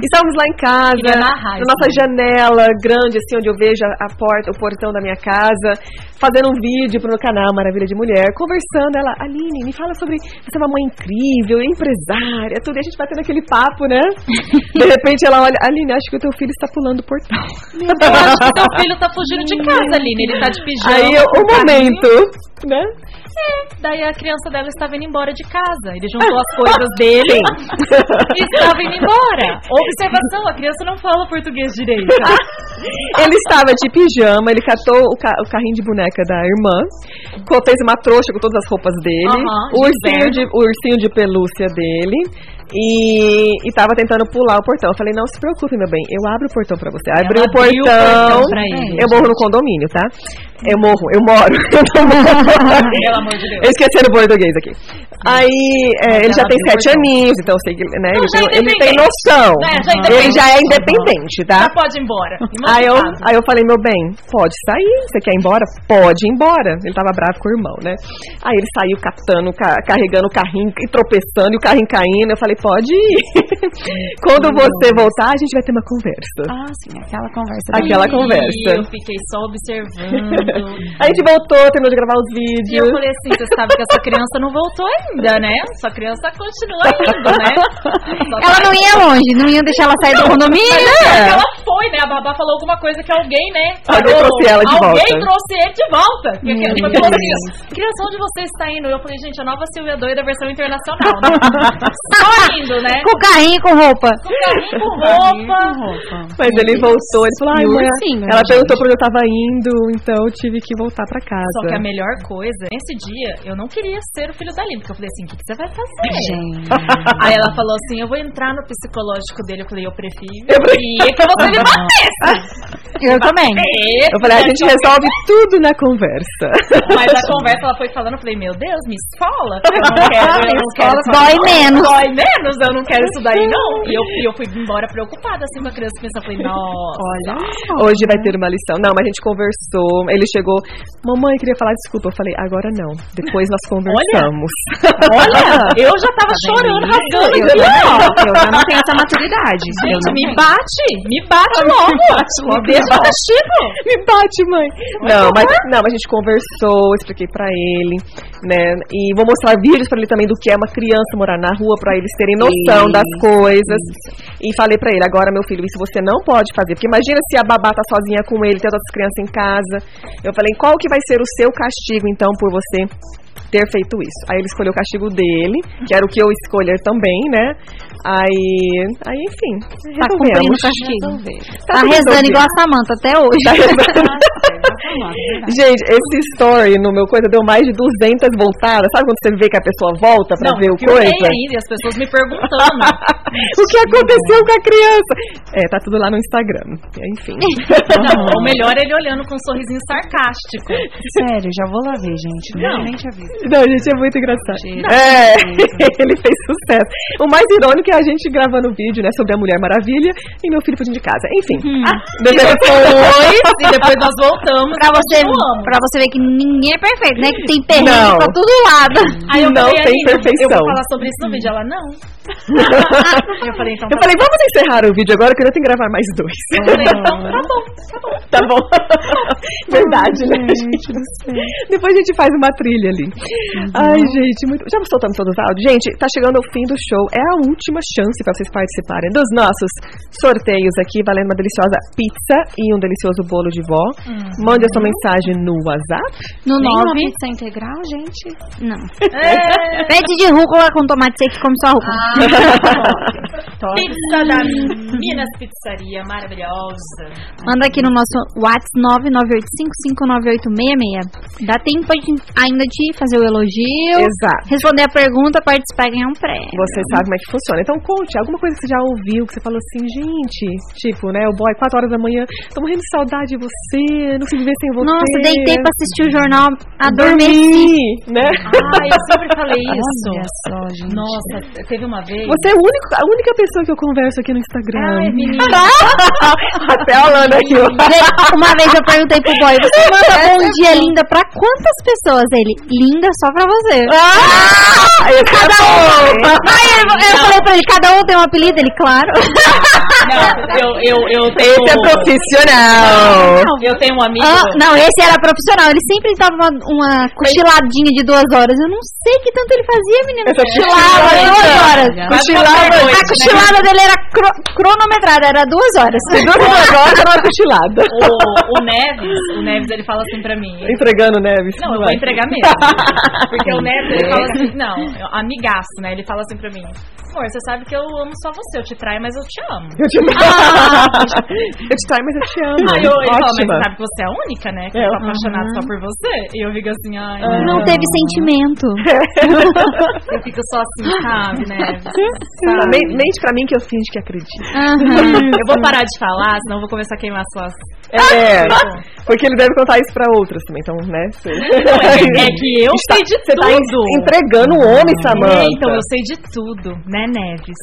[SPEAKER 3] Estávamos lá em casa,
[SPEAKER 4] Queria
[SPEAKER 3] na
[SPEAKER 4] narrar isso
[SPEAKER 3] nossa
[SPEAKER 4] aí.
[SPEAKER 3] janela grande, assim, onde eu vejo a a porta, o portão da minha casa, fazendo um vídeo pro meu canal Maravilha de Mulher, conversando. Ela, Aline, me fala sobre. Você é uma mãe incrível, empresária, tudo. E a gente batendo aquele papo, né? De repente ela olha, Aline, acho que o teu filho está pulando o portão.
[SPEAKER 4] Eu acho que seu filho tá fugindo de casa, Aline. Ele tá de pijama. Tá
[SPEAKER 3] Aí eu- o
[SPEAKER 4] com carinho.
[SPEAKER 3] momento, né?
[SPEAKER 4] É, daí a criança dela estava indo embora de casa. Ele juntou as coisas dele e estava indo embora. Observação, a criança não fala português direito. tá?
[SPEAKER 3] Ele estava de pijama, ele catou o, ca- o carrinho de boneca da irmã, co- fez uma trouxa com todas as roupas dele,
[SPEAKER 4] Aham,
[SPEAKER 3] o,
[SPEAKER 4] de
[SPEAKER 3] ursinho
[SPEAKER 4] inverno.
[SPEAKER 3] de, o ursinho de pelúcia dele. E, e tava tentando pular o portão. Eu falei, não se preocupe, meu bem, eu abro o portão pra você. Abri
[SPEAKER 4] Ela
[SPEAKER 3] o
[SPEAKER 4] abriu o
[SPEAKER 3] portão.
[SPEAKER 4] portão pra ele,
[SPEAKER 3] eu morro no condomínio, tá? Eu morro, eu moro. Eu não moro.
[SPEAKER 4] Pelo amor de Deus.
[SPEAKER 3] Eu esqueci no português aqui. Aí, é, ele já
[SPEAKER 4] ela
[SPEAKER 3] tem
[SPEAKER 4] abriu o
[SPEAKER 3] sete
[SPEAKER 4] portão.
[SPEAKER 3] aninhos, então eu sei que né,
[SPEAKER 4] Não,
[SPEAKER 3] ele,
[SPEAKER 4] já é
[SPEAKER 3] tem, ele tem
[SPEAKER 4] independente.
[SPEAKER 3] noção.
[SPEAKER 4] É, já é
[SPEAKER 3] ele
[SPEAKER 4] independente.
[SPEAKER 3] já é independente, tá?
[SPEAKER 4] Já pode ir embora.
[SPEAKER 3] Aí eu, aí eu falei, meu bem, pode sair, você quer ir embora? Pode ir embora. Ele tava bravo com o irmão, né? Aí ele saiu catando, ca- carregando o carrinho e tropeçando e o carrinho caindo. Eu falei, pode ir. Quando você voltar, a gente vai ter uma conversa.
[SPEAKER 5] Ah, sim, aquela conversa.
[SPEAKER 3] Aquela
[SPEAKER 4] Ih,
[SPEAKER 3] conversa.
[SPEAKER 4] Eu fiquei só observando.
[SPEAKER 3] A gente voltou, terminou de gravar os
[SPEAKER 4] E eu
[SPEAKER 3] vídeos.
[SPEAKER 4] falei assim, você sabe que essa criança não voltou ainda, né? Sua criança continua indo, né?
[SPEAKER 6] Ela não ia longe, não ia deixar ela sair do condomínio.
[SPEAKER 4] Mas é que ela foi, né? A babá falou alguma coisa que alguém, né?
[SPEAKER 3] Alguém
[SPEAKER 4] falou.
[SPEAKER 3] trouxe ela de
[SPEAKER 4] Alguém
[SPEAKER 3] volta.
[SPEAKER 4] trouxe ele de volta. Porque a criança
[SPEAKER 3] Meu
[SPEAKER 4] falou
[SPEAKER 3] Deus.
[SPEAKER 4] assim, criança, onde você está indo? Eu falei, gente, a nova Silvia Doida, versão internacional, né? Só indo, né?
[SPEAKER 6] Com carrinho, com roupa.
[SPEAKER 4] Com carrinho, com roupa.
[SPEAKER 3] Mas ele voltou, ele falou, ai,
[SPEAKER 4] E o
[SPEAKER 3] mãe,
[SPEAKER 4] ursinho, né,
[SPEAKER 3] ela
[SPEAKER 4] gente?
[SPEAKER 3] perguntou pra onde eu tava indo, então eu tive que voltar pra casa.
[SPEAKER 4] Só que a melhor coisa, nesse dia, eu não queria ser o filho da Lina, porque eu falei assim, o que, que você vai fazer? Aí ela falou assim, eu vou entrar no psicológico dele. Eu falei, eu prefiro
[SPEAKER 3] Eu pre-
[SPEAKER 4] que que você me batesse.
[SPEAKER 6] Eu
[SPEAKER 4] Tá
[SPEAKER 6] também.
[SPEAKER 3] Eu falei, a gente resolve tudo na conversa.
[SPEAKER 4] Mas a conversa ela foi falando, eu falei, meu Deus, me esfola. Eu não quero, eu não quero.
[SPEAKER 6] Esfola, dói
[SPEAKER 4] estudar.
[SPEAKER 6] menos.
[SPEAKER 4] Dói menos, eu não quero isso daí, não. E eu, e eu fui embora preocupada, assim, com a criança pensando, eu falei, nossa. Olha.
[SPEAKER 3] Hoje vai ter uma lição. Não, mas a gente conversou. Ele chegou. Mamãe, queria falar desculpa. Eu falei, agora não. Depois nós conversamos.
[SPEAKER 4] Olha, eu já tava chorando, rasgando aqui, ó.
[SPEAKER 3] Eu já não tenho
[SPEAKER 5] essa maturidade.
[SPEAKER 4] Gente, me bate, me bate
[SPEAKER 6] Tá
[SPEAKER 4] logo. Me deixa
[SPEAKER 3] me bate.
[SPEAKER 4] castigo.
[SPEAKER 3] Me bate, mãe. Não, mas, não, mas a gente conversou, expliquei pra ele, né? E vou mostrar vídeos pra ele também do que é uma criança morar na rua, pra eles terem noção das coisas. E falei pra ele, agora, meu filho, isso você não pode fazer. Porque imagina se a babá tá sozinha com ele, tem outras crianças em casa. Eu falei, qual que vai ser o seu castigo, então, por você ter feito isso? Aí ele escolheu o castigo dele, que era o que eu escolher também, né? Aí, aí enfim,
[SPEAKER 6] Tá cumprindo
[SPEAKER 3] resolvemos.
[SPEAKER 6] o castigo.
[SPEAKER 3] Tá
[SPEAKER 6] Tá
[SPEAKER 3] tudo
[SPEAKER 6] rezando
[SPEAKER 3] resolvido.
[SPEAKER 6] igual a Samanta até hoje.
[SPEAKER 3] Tá rezando. Gente, esse story no meu coisa deu mais de 200 voltadas. Sabe quando você vê que a pessoa volta pra
[SPEAKER 4] Não,
[SPEAKER 3] ver o
[SPEAKER 4] que eu
[SPEAKER 3] coisa?
[SPEAKER 4] dei ainda, e as pessoas me perguntando.
[SPEAKER 3] o que aconteceu com a criança? É, tá tudo lá no Instagram. Enfim.
[SPEAKER 4] Então, Não, o melhor é ele olhando com um sorrisinho sarcástico.
[SPEAKER 5] Sério, já vou lá ver, gente.
[SPEAKER 4] Não.
[SPEAKER 5] Não, nem te aviso.
[SPEAKER 3] Não, gente, é muito engraçado.
[SPEAKER 5] Gente,
[SPEAKER 3] é, ele fez sucesso. O mais irônico é a gente gravando o vídeo, né, sobre a Mulher Maravilha e meu filho fugindo de casa. Enfim. Ah,
[SPEAKER 6] E depois-
[SPEAKER 4] e depois nós voltamos
[SPEAKER 6] Pra
[SPEAKER 4] e
[SPEAKER 6] você,
[SPEAKER 4] continuamos.
[SPEAKER 6] pra você ver que ninguém é perfeito, né? Que tem perrengue
[SPEAKER 3] Não.
[SPEAKER 6] pra todo lado.
[SPEAKER 4] Aí eu
[SPEAKER 3] Não
[SPEAKER 4] falei,
[SPEAKER 3] tem
[SPEAKER 4] Aline, Eu
[SPEAKER 3] perfeição.
[SPEAKER 4] vou falar sobre isso no vídeo. Ela, não. eu falei, então
[SPEAKER 3] Eu
[SPEAKER 4] tá
[SPEAKER 3] falei, vamos encerrar o vídeo agora que eu tenho que gravar mais dois.
[SPEAKER 4] bom. Eu falei, então tá bom.
[SPEAKER 3] tá bom? Verdade, né? Depois a gente faz uma trilha ali. Ai, gente, muito. Já soltamos todos os áudios? Gente, tá chegando ao fim do show. É a última chance pra vocês participarem dos nossos sorteios aqui, valendo uma deliciosa pizza e um delicioso bolo de vó. Mande a sua mensagem no WhatsApp.
[SPEAKER 6] No
[SPEAKER 13] Nem uma
[SPEAKER 6] 9.
[SPEAKER 13] pizza integral, gente?
[SPEAKER 6] Não. Pede de rúcula com tomate seco e come só rúcula.
[SPEAKER 4] Pizza da Minas Pizzaria, maravilhosa.
[SPEAKER 6] Manda aqui no nosso WhatsApp 998559866. Dá tempo de- ainda de fazer o elogio,
[SPEAKER 3] Exato.
[SPEAKER 6] responder a pergunta, participar e ganhar um prêmio.
[SPEAKER 3] Você sabe como é que funciona. Então conte alguma coisa que você já ouviu, que você falou assim, gente, tipo, né, o boy, 4 horas da manhã, tô morrendo de saudade de você, não sei viver sem você.
[SPEAKER 6] Nossa, deitei pra assistir o jornal, adormeci.
[SPEAKER 3] Dormi, né?
[SPEAKER 4] Ah, eu sempre falei isso.
[SPEAKER 5] Olha só, gente.
[SPEAKER 4] Nossa, teve uma vez.
[SPEAKER 3] Você é o único, a única pessoa que eu converso aqui no Instagram.
[SPEAKER 4] Ai, menina.
[SPEAKER 3] Até a Lana aqui, ó.
[SPEAKER 6] Gente, Uma vez eu perguntei pro boy, você manda bom dia linda pra quantas pessoas? Ele, linda só pra você.
[SPEAKER 3] Ah, esse é
[SPEAKER 4] um.
[SPEAKER 3] bom.
[SPEAKER 6] Aí eu, eu falei pra ele, cada um tem um apelido? Ele, claro.
[SPEAKER 4] Não, eu, eu, eu tenho.
[SPEAKER 3] Esse é profissional.
[SPEAKER 4] Eu tenho um amigo.
[SPEAKER 6] Ah, não, esse era profissional. Ele sempre dava uma, uma cochiladinha de duas horas. Eu não sei que tanto ele fazia, menina.
[SPEAKER 3] Essa
[SPEAKER 6] Cochilava
[SPEAKER 3] cochilada,
[SPEAKER 6] duas
[SPEAKER 3] então.
[SPEAKER 6] horas.
[SPEAKER 3] Cochilava
[SPEAKER 6] a
[SPEAKER 3] noite, né?
[SPEAKER 6] cochilada dele era cro- cronometrada, era duas horas.
[SPEAKER 3] Duas horas eu não cochilada.
[SPEAKER 4] O, o Neves, o Neves, ele fala assim pra mim.
[SPEAKER 3] Entregando, né, Neves.
[SPEAKER 4] Não, eu vou entregar mesmo. Porque o Neto, ele fala
[SPEAKER 3] É.
[SPEAKER 4] assim, não, eu- amigaço, né? Ele fala assim pra mim, amor, você sabe que eu amo só você, eu te traio, mas eu te amo.
[SPEAKER 3] Eu te...
[SPEAKER 4] Ah.
[SPEAKER 3] eu te traio, mas eu te amo.
[SPEAKER 4] Aí eu, ele fala, mas
[SPEAKER 3] Ótima.
[SPEAKER 4] você sabe que você é a única, né? Que
[SPEAKER 3] É.
[SPEAKER 4] eu tô apaixonado só por você. E eu fico assim, ai,
[SPEAKER 6] Não teve sentimento.
[SPEAKER 4] tá.
[SPEAKER 3] É.
[SPEAKER 4] eu fico só assim, sabe, Neves?
[SPEAKER 3] Tá, men- Mente pra mim que eu finge que acredito.
[SPEAKER 6] Aham.
[SPEAKER 4] Eu vou parar de falar, senão eu vou começar a queimar suas...
[SPEAKER 3] É, porque ele deve contar isso pra outras também, então, né? você-
[SPEAKER 4] É que eu
[SPEAKER 3] Está-
[SPEAKER 4] sei de
[SPEAKER 3] Você tá en-
[SPEAKER 4] tudo.
[SPEAKER 3] entregando o homem, Samanta.
[SPEAKER 4] É, então, eu sei de tudo, né, Neves?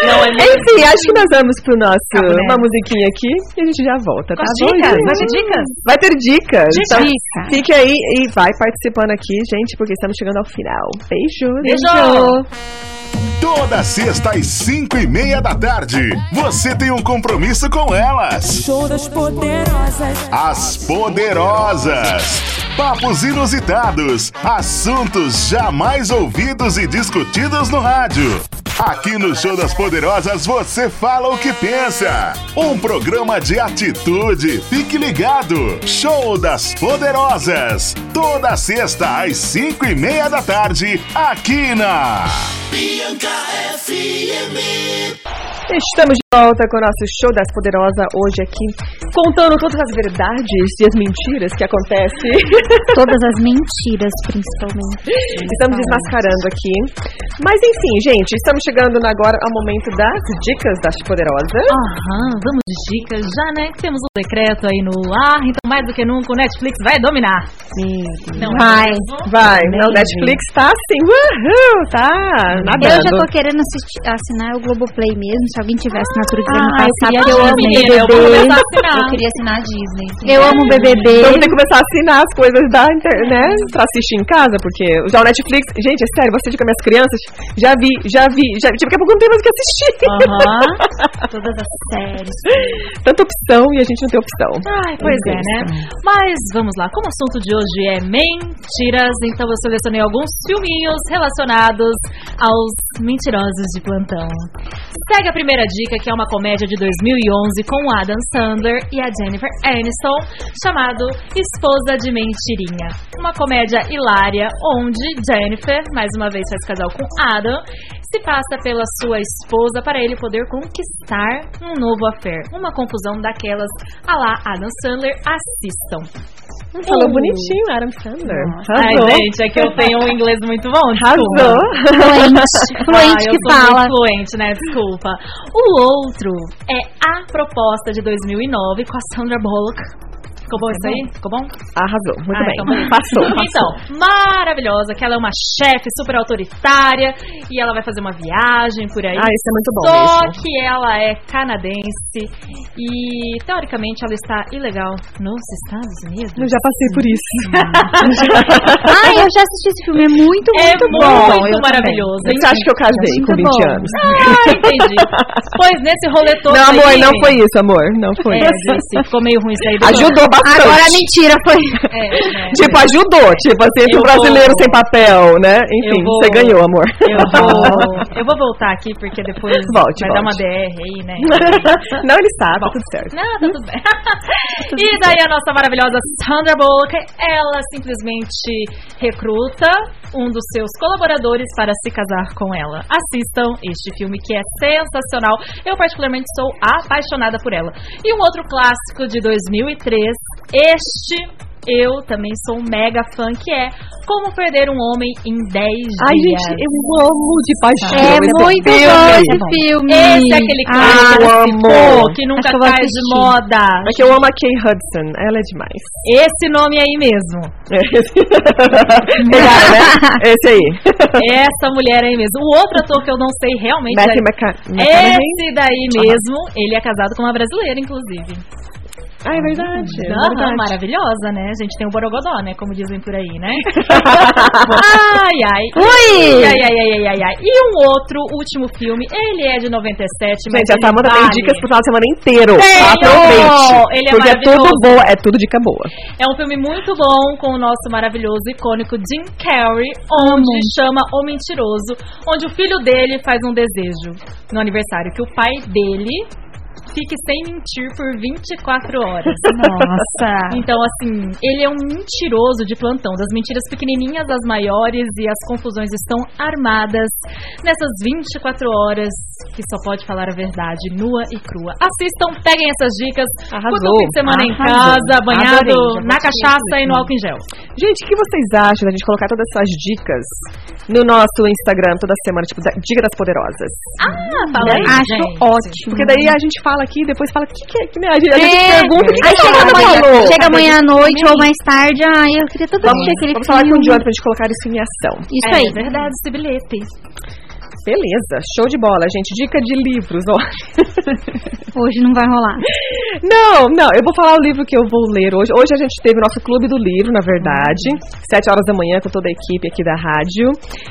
[SPEAKER 4] Não, é mesmo.
[SPEAKER 3] Enfim, acho que nós vamos pro nosso
[SPEAKER 4] Cabo Neves.
[SPEAKER 3] uma musiquinha aqui e a gente já volta,
[SPEAKER 4] Com
[SPEAKER 3] tá
[SPEAKER 4] as
[SPEAKER 3] bom?
[SPEAKER 4] dicas?
[SPEAKER 3] gente?
[SPEAKER 4] Vai ter dicas?
[SPEAKER 3] Vai ter dicas.
[SPEAKER 4] Dicas.
[SPEAKER 3] Então, fique aí e vai participando aqui, gente, porque estamos chegando ao final. Beijo.
[SPEAKER 4] Beijo!
[SPEAKER 7] Toda sexta às cinco e meia da tarde, você tem um compromisso com elas.
[SPEAKER 8] Show das poderosas.
[SPEAKER 7] As Poderosas. Papos inusitados, assuntos jamais ouvidos e discutidos no rádio. Aqui no Show das Poderosas você fala o que pensa. Um programa de atitude. Fique ligado. Show das Poderosas. Toda sexta às cinco e meia da tarde, aqui na.
[SPEAKER 3] Estamos de volta com o nosso show das Poderosas hoje aqui, contando todas as verdades e as mentiras que acontecem.
[SPEAKER 6] Todas as mentiras, principalmente.
[SPEAKER 3] Estamos desmascarando aqui. Mas enfim, gente, estamos chegando agora ao momento das dicas das Poderosas.
[SPEAKER 4] Aham, vamos de dicas já, né? que Temos um decreto aí no ar, então mais do que nunca o Netflix vai dominar. Não
[SPEAKER 6] Vai.
[SPEAKER 4] mesmo?
[SPEAKER 3] Vai, não, Netflix tá assim, uhul, tá
[SPEAKER 4] é?
[SPEAKER 6] Eu já tô
[SPEAKER 3] nadando.
[SPEAKER 6] querendo assisti- assinar o Globoplay mesmo, se alguém tiver assinatura de ano
[SPEAKER 4] Ah, eu
[SPEAKER 6] passado,
[SPEAKER 4] queria
[SPEAKER 6] porque eu amo
[SPEAKER 4] também,
[SPEAKER 6] BBB.
[SPEAKER 4] eu vou começar a assinar.
[SPEAKER 6] Eu queria assinar a Disney. Eu amo BBB.
[SPEAKER 3] Então tem que começar a assinar as coisas da internet pra assistir em casa, porque já o Netflix, gente, é sério, você fica minhas crianças, já vi, já vi, já vi, daqui a pouco não tem mais o que assistir.
[SPEAKER 4] Aham.
[SPEAKER 6] Todas as séries.
[SPEAKER 3] Tanta opção e a gente não tem opção.
[SPEAKER 4] Ai, pois é, né? Mas vamos lá, como o assunto de hoje é mentiras, então eu selecionei alguns filminhos relacionados aos mentirosos de plantão. Segue a primeira dica, que é uma comédia de 2011 com o Adam Sandler e a Jennifer Aniston, chamado Esposa de Mentirinha. Uma comédia hilária onde Jennifer, mais uma vez, faz casal com Adam, se passa pela sua esposa para ele poder conquistar um novo affair. Uma confusão daquelas a lá Adam Sandler, assistam.
[SPEAKER 3] Falou bonitinho, Adam Sandler.
[SPEAKER 4] Ai, gente, é que eu tenho um inglês muito bom.
[SPEAKER 3] Arrasou.
[SPEAKER 4] Fluente.
[SPEAKER 6] Fluente
[SPEAKER 4] ah,
[SPEAKER 6] que
[SPEAKER 4] eu sou
[SPEAKER 6] fala.
[SPEAKER 4] muito fluente, né? Desculpa. O outro é a proposta de 2009 com a Sandra Bullock. Ficou bom isso aí? Ficou bom?
[SPEAKER 3] Arrasou, muito
[SPEAKER 4] Ah,
[SPEAKER 3] bem.
[SPEAKER 4] então beleza.
[SPEAKER 3] Passou, passou.
[SPEAKER 4] Então, maravilhosa, que ela é uma chefe super autoritária e ela vai fazer uma viagem por aí.
[SPEAKER 3] Ah, isso é muito bom
[SPEAKER 4] Só
[SPEAKER 3] mesmo.
[SPEAKER 4] que ela é canadense e, teoricamente, ela está ilegal nos Estados Unidos.
[SPEAKER 3] Eu já passei por isso.
[SPEAKER 6] Ah, eu já assisti esse filme, é muito,
[SPEAKER 4] É
[SPEAKER 6] muito bom.
[SPEAKER 4] muito
[SPEAKER 6] Eu também.
[SPEAKER 4] maravilhoso. hein?
[SPEAKER 3] Você acha que eu casei
[SPEAKER 6] Acho
[SPEAKER 3] com
[SPEAKER 6] muito
[SPEAKER 3] 20
[SPEAKER 6] bom.
[SPEAKER 3] anos?
[SPEAKER 4] Ah, entendi. Pois nesse rolê todo
[SPEAKER 3] Não, amor,
[SPEAKER 4] aí-
[SPEAKER 3] não foi isso, amor. Não foi
[SPEAKER 4] É,
[SPEAKER 3] isso.
[SPEAKER 4] Jessi, ficou meio ruim isso aí. doutor.
[SPEAKER 3] Ajudou bastante.
[SPEAKER 6] Agora a mentira foi.
[SPEAKER 4] É, é.
[SPEAKER 3] Tipo, ajudou. Tipo, assim, esse
[SPEAKER 4] Eu
[SPEAKER 3] brasileiro
[SPEAKER 4] vou-
[SPEAKER 3] sem papel, né? Enfim,
[SPEAKER 4] Eu vou-
[SPEAKER 3] você ganhou, amor.
[SPEAKER 4] Eu vou, eu vou voltar aqui porque depois
[SPEAKER 3] Volte,
[SPEAKER 4] vai
[SPEAKER 3] volte.
[SPEAKER 4] dar uma DR aí, né?
[SPEAKER 3] Não, ele sabe, tá tudo certo.
[SPEAKER 4] Não, tá tudo bem. e daí a nossa maravilhosa Sandra Bullock, ela simplesmente recruta um dos seus colaboradores para se casar com ela. Assistam este filme que é sensacional. Eu particularmente sou apaixonada por ela. E um outro clássico de 2003, este eu também sou um mega fã que é Como Perder um Homem em 10 Dias.
[SPEAKER 3] Ai, gente, eu amo de paixão.
[SPEAKER 6] É
[SPEAKER 3] esse
[SPEAKER 6] muito bom
[SPEAKER 3] filme.
[SPEAKER 6] esse filme.
[SPEAKER 4] Esse é aquele
[SPEAKER 6] Ah,
[SPEAKER 4] clássico
[SPEAKER 3] amo.
[SPEAKER 4] que nunca
[SPEAKER 6] Acho que eu vou
[SPEAKER 4] cai de
[SPEAKER 6] assistir.
[SPEAKER 4] moda.
[SPEAKER 3] É que eu amo a Kay Hudson, ela é demais.
[SPEAKER 4] Esse nome aí mesmo.
[SPEAKER 3] Pegaram, né? Esse aí.
[SPEAKER 4] Essa mulher aí mesmo. O outro ator que eu não sei realmente.
[SPEAKER 3] Matthew
[SPEAKER 4] é-
[SPEAKER 3] McCa- McConaughey.
[SPEAKER 4] Esse daí mesmo, ele é casado com uma brasileira, inclusive.
[SPEAKER 3] Ah, é verdade. é
[SPEAKER 4] Aham,
[SPEAKER 3] verdade.
[SPEAKER 4] maravilhosa, né? A gente tem o Borogodó, né? Como dizem por aí, né? ai, ai.
[SPEAKER 6] Ui!
[SPEAKER 4] Ai, ai, ai, ai, ai, ai. E um outro, último filme, ele é de 97, mas
[SPEAKER 3] Gente, a
[SPEAKER 4] ele
[SPEAKER 3] Samanta tem
[SPEAKER 4] vale.
[SPEAKER 3] dicas pro final de semana inteiro.
[SPEAKER 4] Tenho!
[SPEAKER 3] Aproveite.
[SPEAKER 4] Ele é
[SPEAKER 3] porque é tudo
[SPEAKER 4] maravilhoso.
[SPEAKER 3] boa, é tudo dica boa.
[SPEAKER 4] É um filme muito bom com o nosso maravilhoso e icônico Jim Carrey, onde chama O Mentiroso, onde o filho dele faz um desejo no aniversário que o pai dele fique sem mentir por 24 horas.
[SPEAKER 5] Nossa.
[SPEAKER 4] Então, assim, ele é um mentiroso de plantão, das mentiras pequenininhas às maiores e as confusões estão armadas nessas 24 horas que só pode falar a verdade nua e crua. Assistam, peguem essas dicas,
[SPEAKER 3] Arrasou.
[SPEAKER 4] curtam o fim de semana em
[SPEAKER 3] Arrasou.
[SPEAKER 4] casa, banhado
[SPEAKER 3] Adorei, já
[SPEAKER 4] na
[SPEAKER 3] gostei
[SPEAKER 4] cachaça
[SPEAKER 3] muito.
[SPEAKER 4] e no álcool em gel.
[SPEAKER 3] Gente, o que vocês acham da gente colocar todas essas dicas no nosso Instagram toda semana, tipo, da- Dica das Poderosas? Né?
[SPEAKER 4] Ah, fala aí,
[SPEAKER 6] Acho
[SPEAKER 4] gente.
[SPEAKER 6] ótimo.
[SPEAKER 3] Porque daí a gente fala aqui e depois fala o que, que é que né? a gente, a gente
[SPEAKER 6] É.
[SPEAKER 3] pergunta o que,
[SPEAKER 6] Aí
[SPEAKER 3] que
[SPEAKER 6] chega
[SPEAKER 3] ela
[SPEAKER 6] amanhã,
[SPEAKER 3] falou.
[SPEAKER 6] chega amanhã à noite ou mais tarde. Ai, eu queria tanto
[SPEAKER 3] Vamos,
[SPEAKER 6] assistir aquele
[SPEAKER 3] vamos falar
[SPEAKER 6] filme.
[SPEAKER 3] com o Johnny pra gente colocar isso em ação.
[SPEAKER 6] Isso
[SPEAKER 4] É
[SPEAKER 6] aí.
[SPEAKER 4] verdade, esse bilhete.
[SPEAKER 3] Beleza, show de bola, gente. Dica de livros, ó.
[SPEAKER 6] Hoje não vai rolar.
[SPEAKER 3] Não, não, eu vou falar o livro que eu vou ler hoje. Hoje a gente teve o nosso clube do livro, na verdade, sete horas da manhã com toda a equipe aqui da rádio.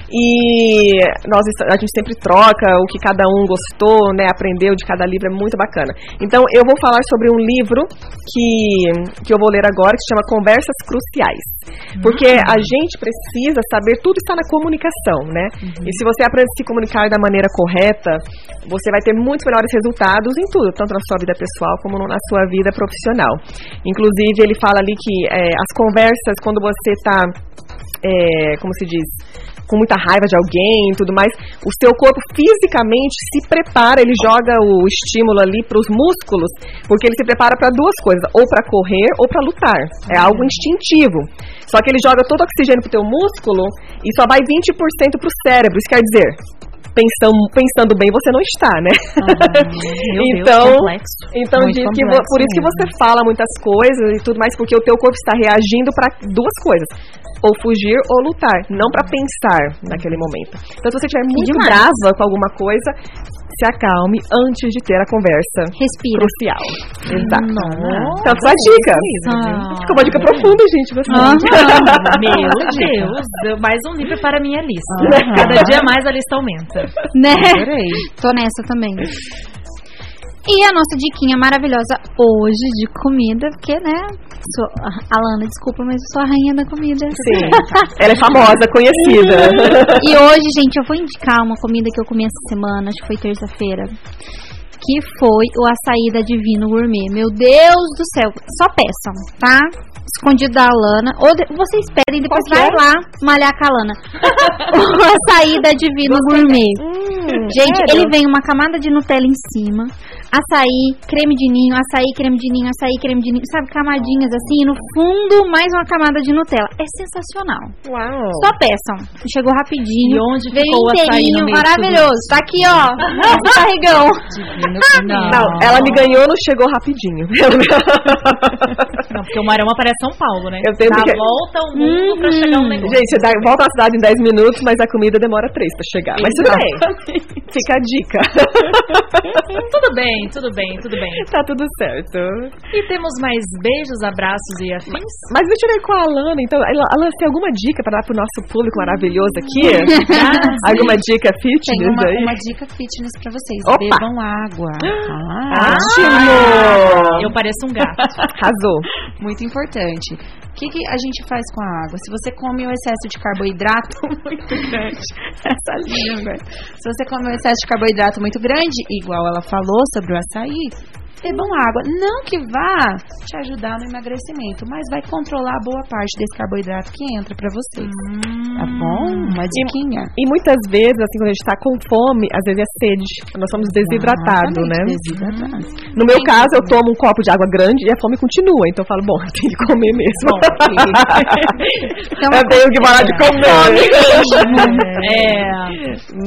[SPEAKER 3] E nós est- a gente sempre troca o que cada um gostou, né, aprendeu de cada livro, é muito bacana. Então eu vou falar sobre um livro que que eu vou ler agora que chama Conversas Cruciais. Porque a gente precisa saber, tudo está na comunicação, né? E se você aprende a se comunicar da maneira correta, você vai ter muito melhores resultados em tudo, tanto na sua vida pessoal como no- na sua vida profissional. Inclusive, ele fala ali que eh, as conversas, quando você está, como se diz, com muita raiva de alguém e tudo mais, o seu corpo fisicamente se prepara, ele joga o estímulo ali para os músculos, porque ele se prepara para duas coisas, ou para correr ou para lutar. É algo instintivo. Só que ele joga todo o oxigênio pro teu músculo e só vai 20% pro cérebro. Isso quer dizer, pensam, pensando bem você não está, né? então, então
[SPEAKER 4] Muito
[SPEAKER 3] diz que vo-
[SPEAKER 4] complexo
[SPEAKER 3] por isso que você fala muitas coisas e tudo mais, porque o teu corpo está reagindo para duas coisas. Ou fugir ou lutar, não para pensar naquele momento. Então, se você estiver muito
[SPEAKER 6] demais.
[SPEAKER 3] brava com alguma coisa, se acalme antes de ter a conversa
[SPEAKER 6] Respira.
[SPEAKER 3] crucial. Exato. Então, sua dica. Ficou uma dica profunda, gente.
[SPEAKER 6] Ah. Aham.
[SPEAKER 3] Bastante.
[SPEAKER 4] Meu Deus, deu mais um livro para a minha lista. Cada dia mais a lista aumenta.
[SPEAKER 6] Né? Tô nessa também. E a nossa diquinha maravilhosa hoje de comida, porque, né? Sou, Alana, desculpa, mas eu sou a rainha da comida.
[SPEAKER 3] Sim. Ela é famosa, conhecida.
[SPEAKER 6] E hoje, gente, eu vou indicar uma comida que eu comi essa semana, acho que foi terça-feira. Que foi o açaí da Divino Gourmet. Meu Deus do céu. Só peçam, tá? Escondido da Alana. Ou de- vocês pedem, depois
[SPEAKER 3] Qual que
[SPEAKER 6] vai lá malhar com a Lana. o açaí da Divino Gourmet. Gente, ele vem uma camada de Nutella em cima, açaí, creme de ninho, açaí, creme de ninho, açaí, creme de ninho, sabe, camadinhas assim, e no fundo mais uma camada de Nutella. É sensacional.
[SPEAKER 4] Uau.
[SPEAKER 6] Só peçam. Chegou rapidinho.
[SPEAKER 4] E onde
[SPEAKER 6] veio
[SPEAKER 4] ficou o açaí
[SPEAKER 6] inteirinho,
[SPEAKER 4] no meio de
[SPEAKER 6] maravilhoso. Tá aqui, ó. Esse barrigão.
[SPEAKER 4] Não.
[SPEAKER 3] Não, ela me ganhou não chegou rapidinho.
[SPEAKER 4] Não, porque o Marão aparece São Paulo, né?
[SPEAKER 3] Eu tenho
[SPEAKER 4] Dá
[SPEAKER 3] que- Uhum.
[SPEAKER 4] volta ao mundo pra chegar um negócio.
[SPEAKER 3] Gente, dá- volta à cidade em 10 minutos, mas a comida demora 3 pra chegar. Mas tudo bem. Fica a dica.
[SPEAKER 4] tudo bem, tudo bem, tudo bem.
[SPEAKER 3] tá tudo certo.
[SPEAKER 4] E temos mais beijos, abraços e afins?
[SPEAKER 3] Mas deixa eu ir com a Alana, então. Ela- Alana, tem alguma dica pra dar pro nosso público maravilhoso aqui?
[SPEAKER 5] Ah,
[SPEAKER 3] alguma dica fitness
[SPEAKER 5] Tem uma,
[SPEAKER 3] aí?
[SPEAKER 5] uma dica fitness pra vocês.
[SPEAKER 3] Opa!
[SPEAKER 5] Bebam água. Ah,
[SPEAKER 3] Ótimo!
[SPEAKER 4] Eu pareço um gato.
[SPEAKER 3] Arrasou.
[SPEAKER 5] Muito importante. O que, que a gente faz com a água? Se você come um excesso de carboidrato muito grande, essa língua. Se você come um excesso de carboidrato muito grande, igual ela falou sobre o açaí, bebam água. Não que vá te ajudar no emagrecimento, mas vai controlar boa parte desse carboidrato que entra pra vocês. Tá bom? Uma diquinha.
[SPEAKER 3] E muitas vezes, assim, quando a gente tá com fome, às vezes é sede. Nós
[SPEAKER 5] Ah,
[SPEAKER 3] somos desidratados, né?
[SPEAKER 5] Desidratados.
[SPEAKER 3] No meu caso, eu tomo um copo de água grande e a fome continua. Então eu falo, bom, tem que comer mesmo.
[SPEAKER 6] Então,
[SPEAKER 5] Então,
[SPEAKER 3] eu tenho que parar de
[SPEAKER 5] né?
[SPEAKER 3] comer.
[SPEAKER 4] É.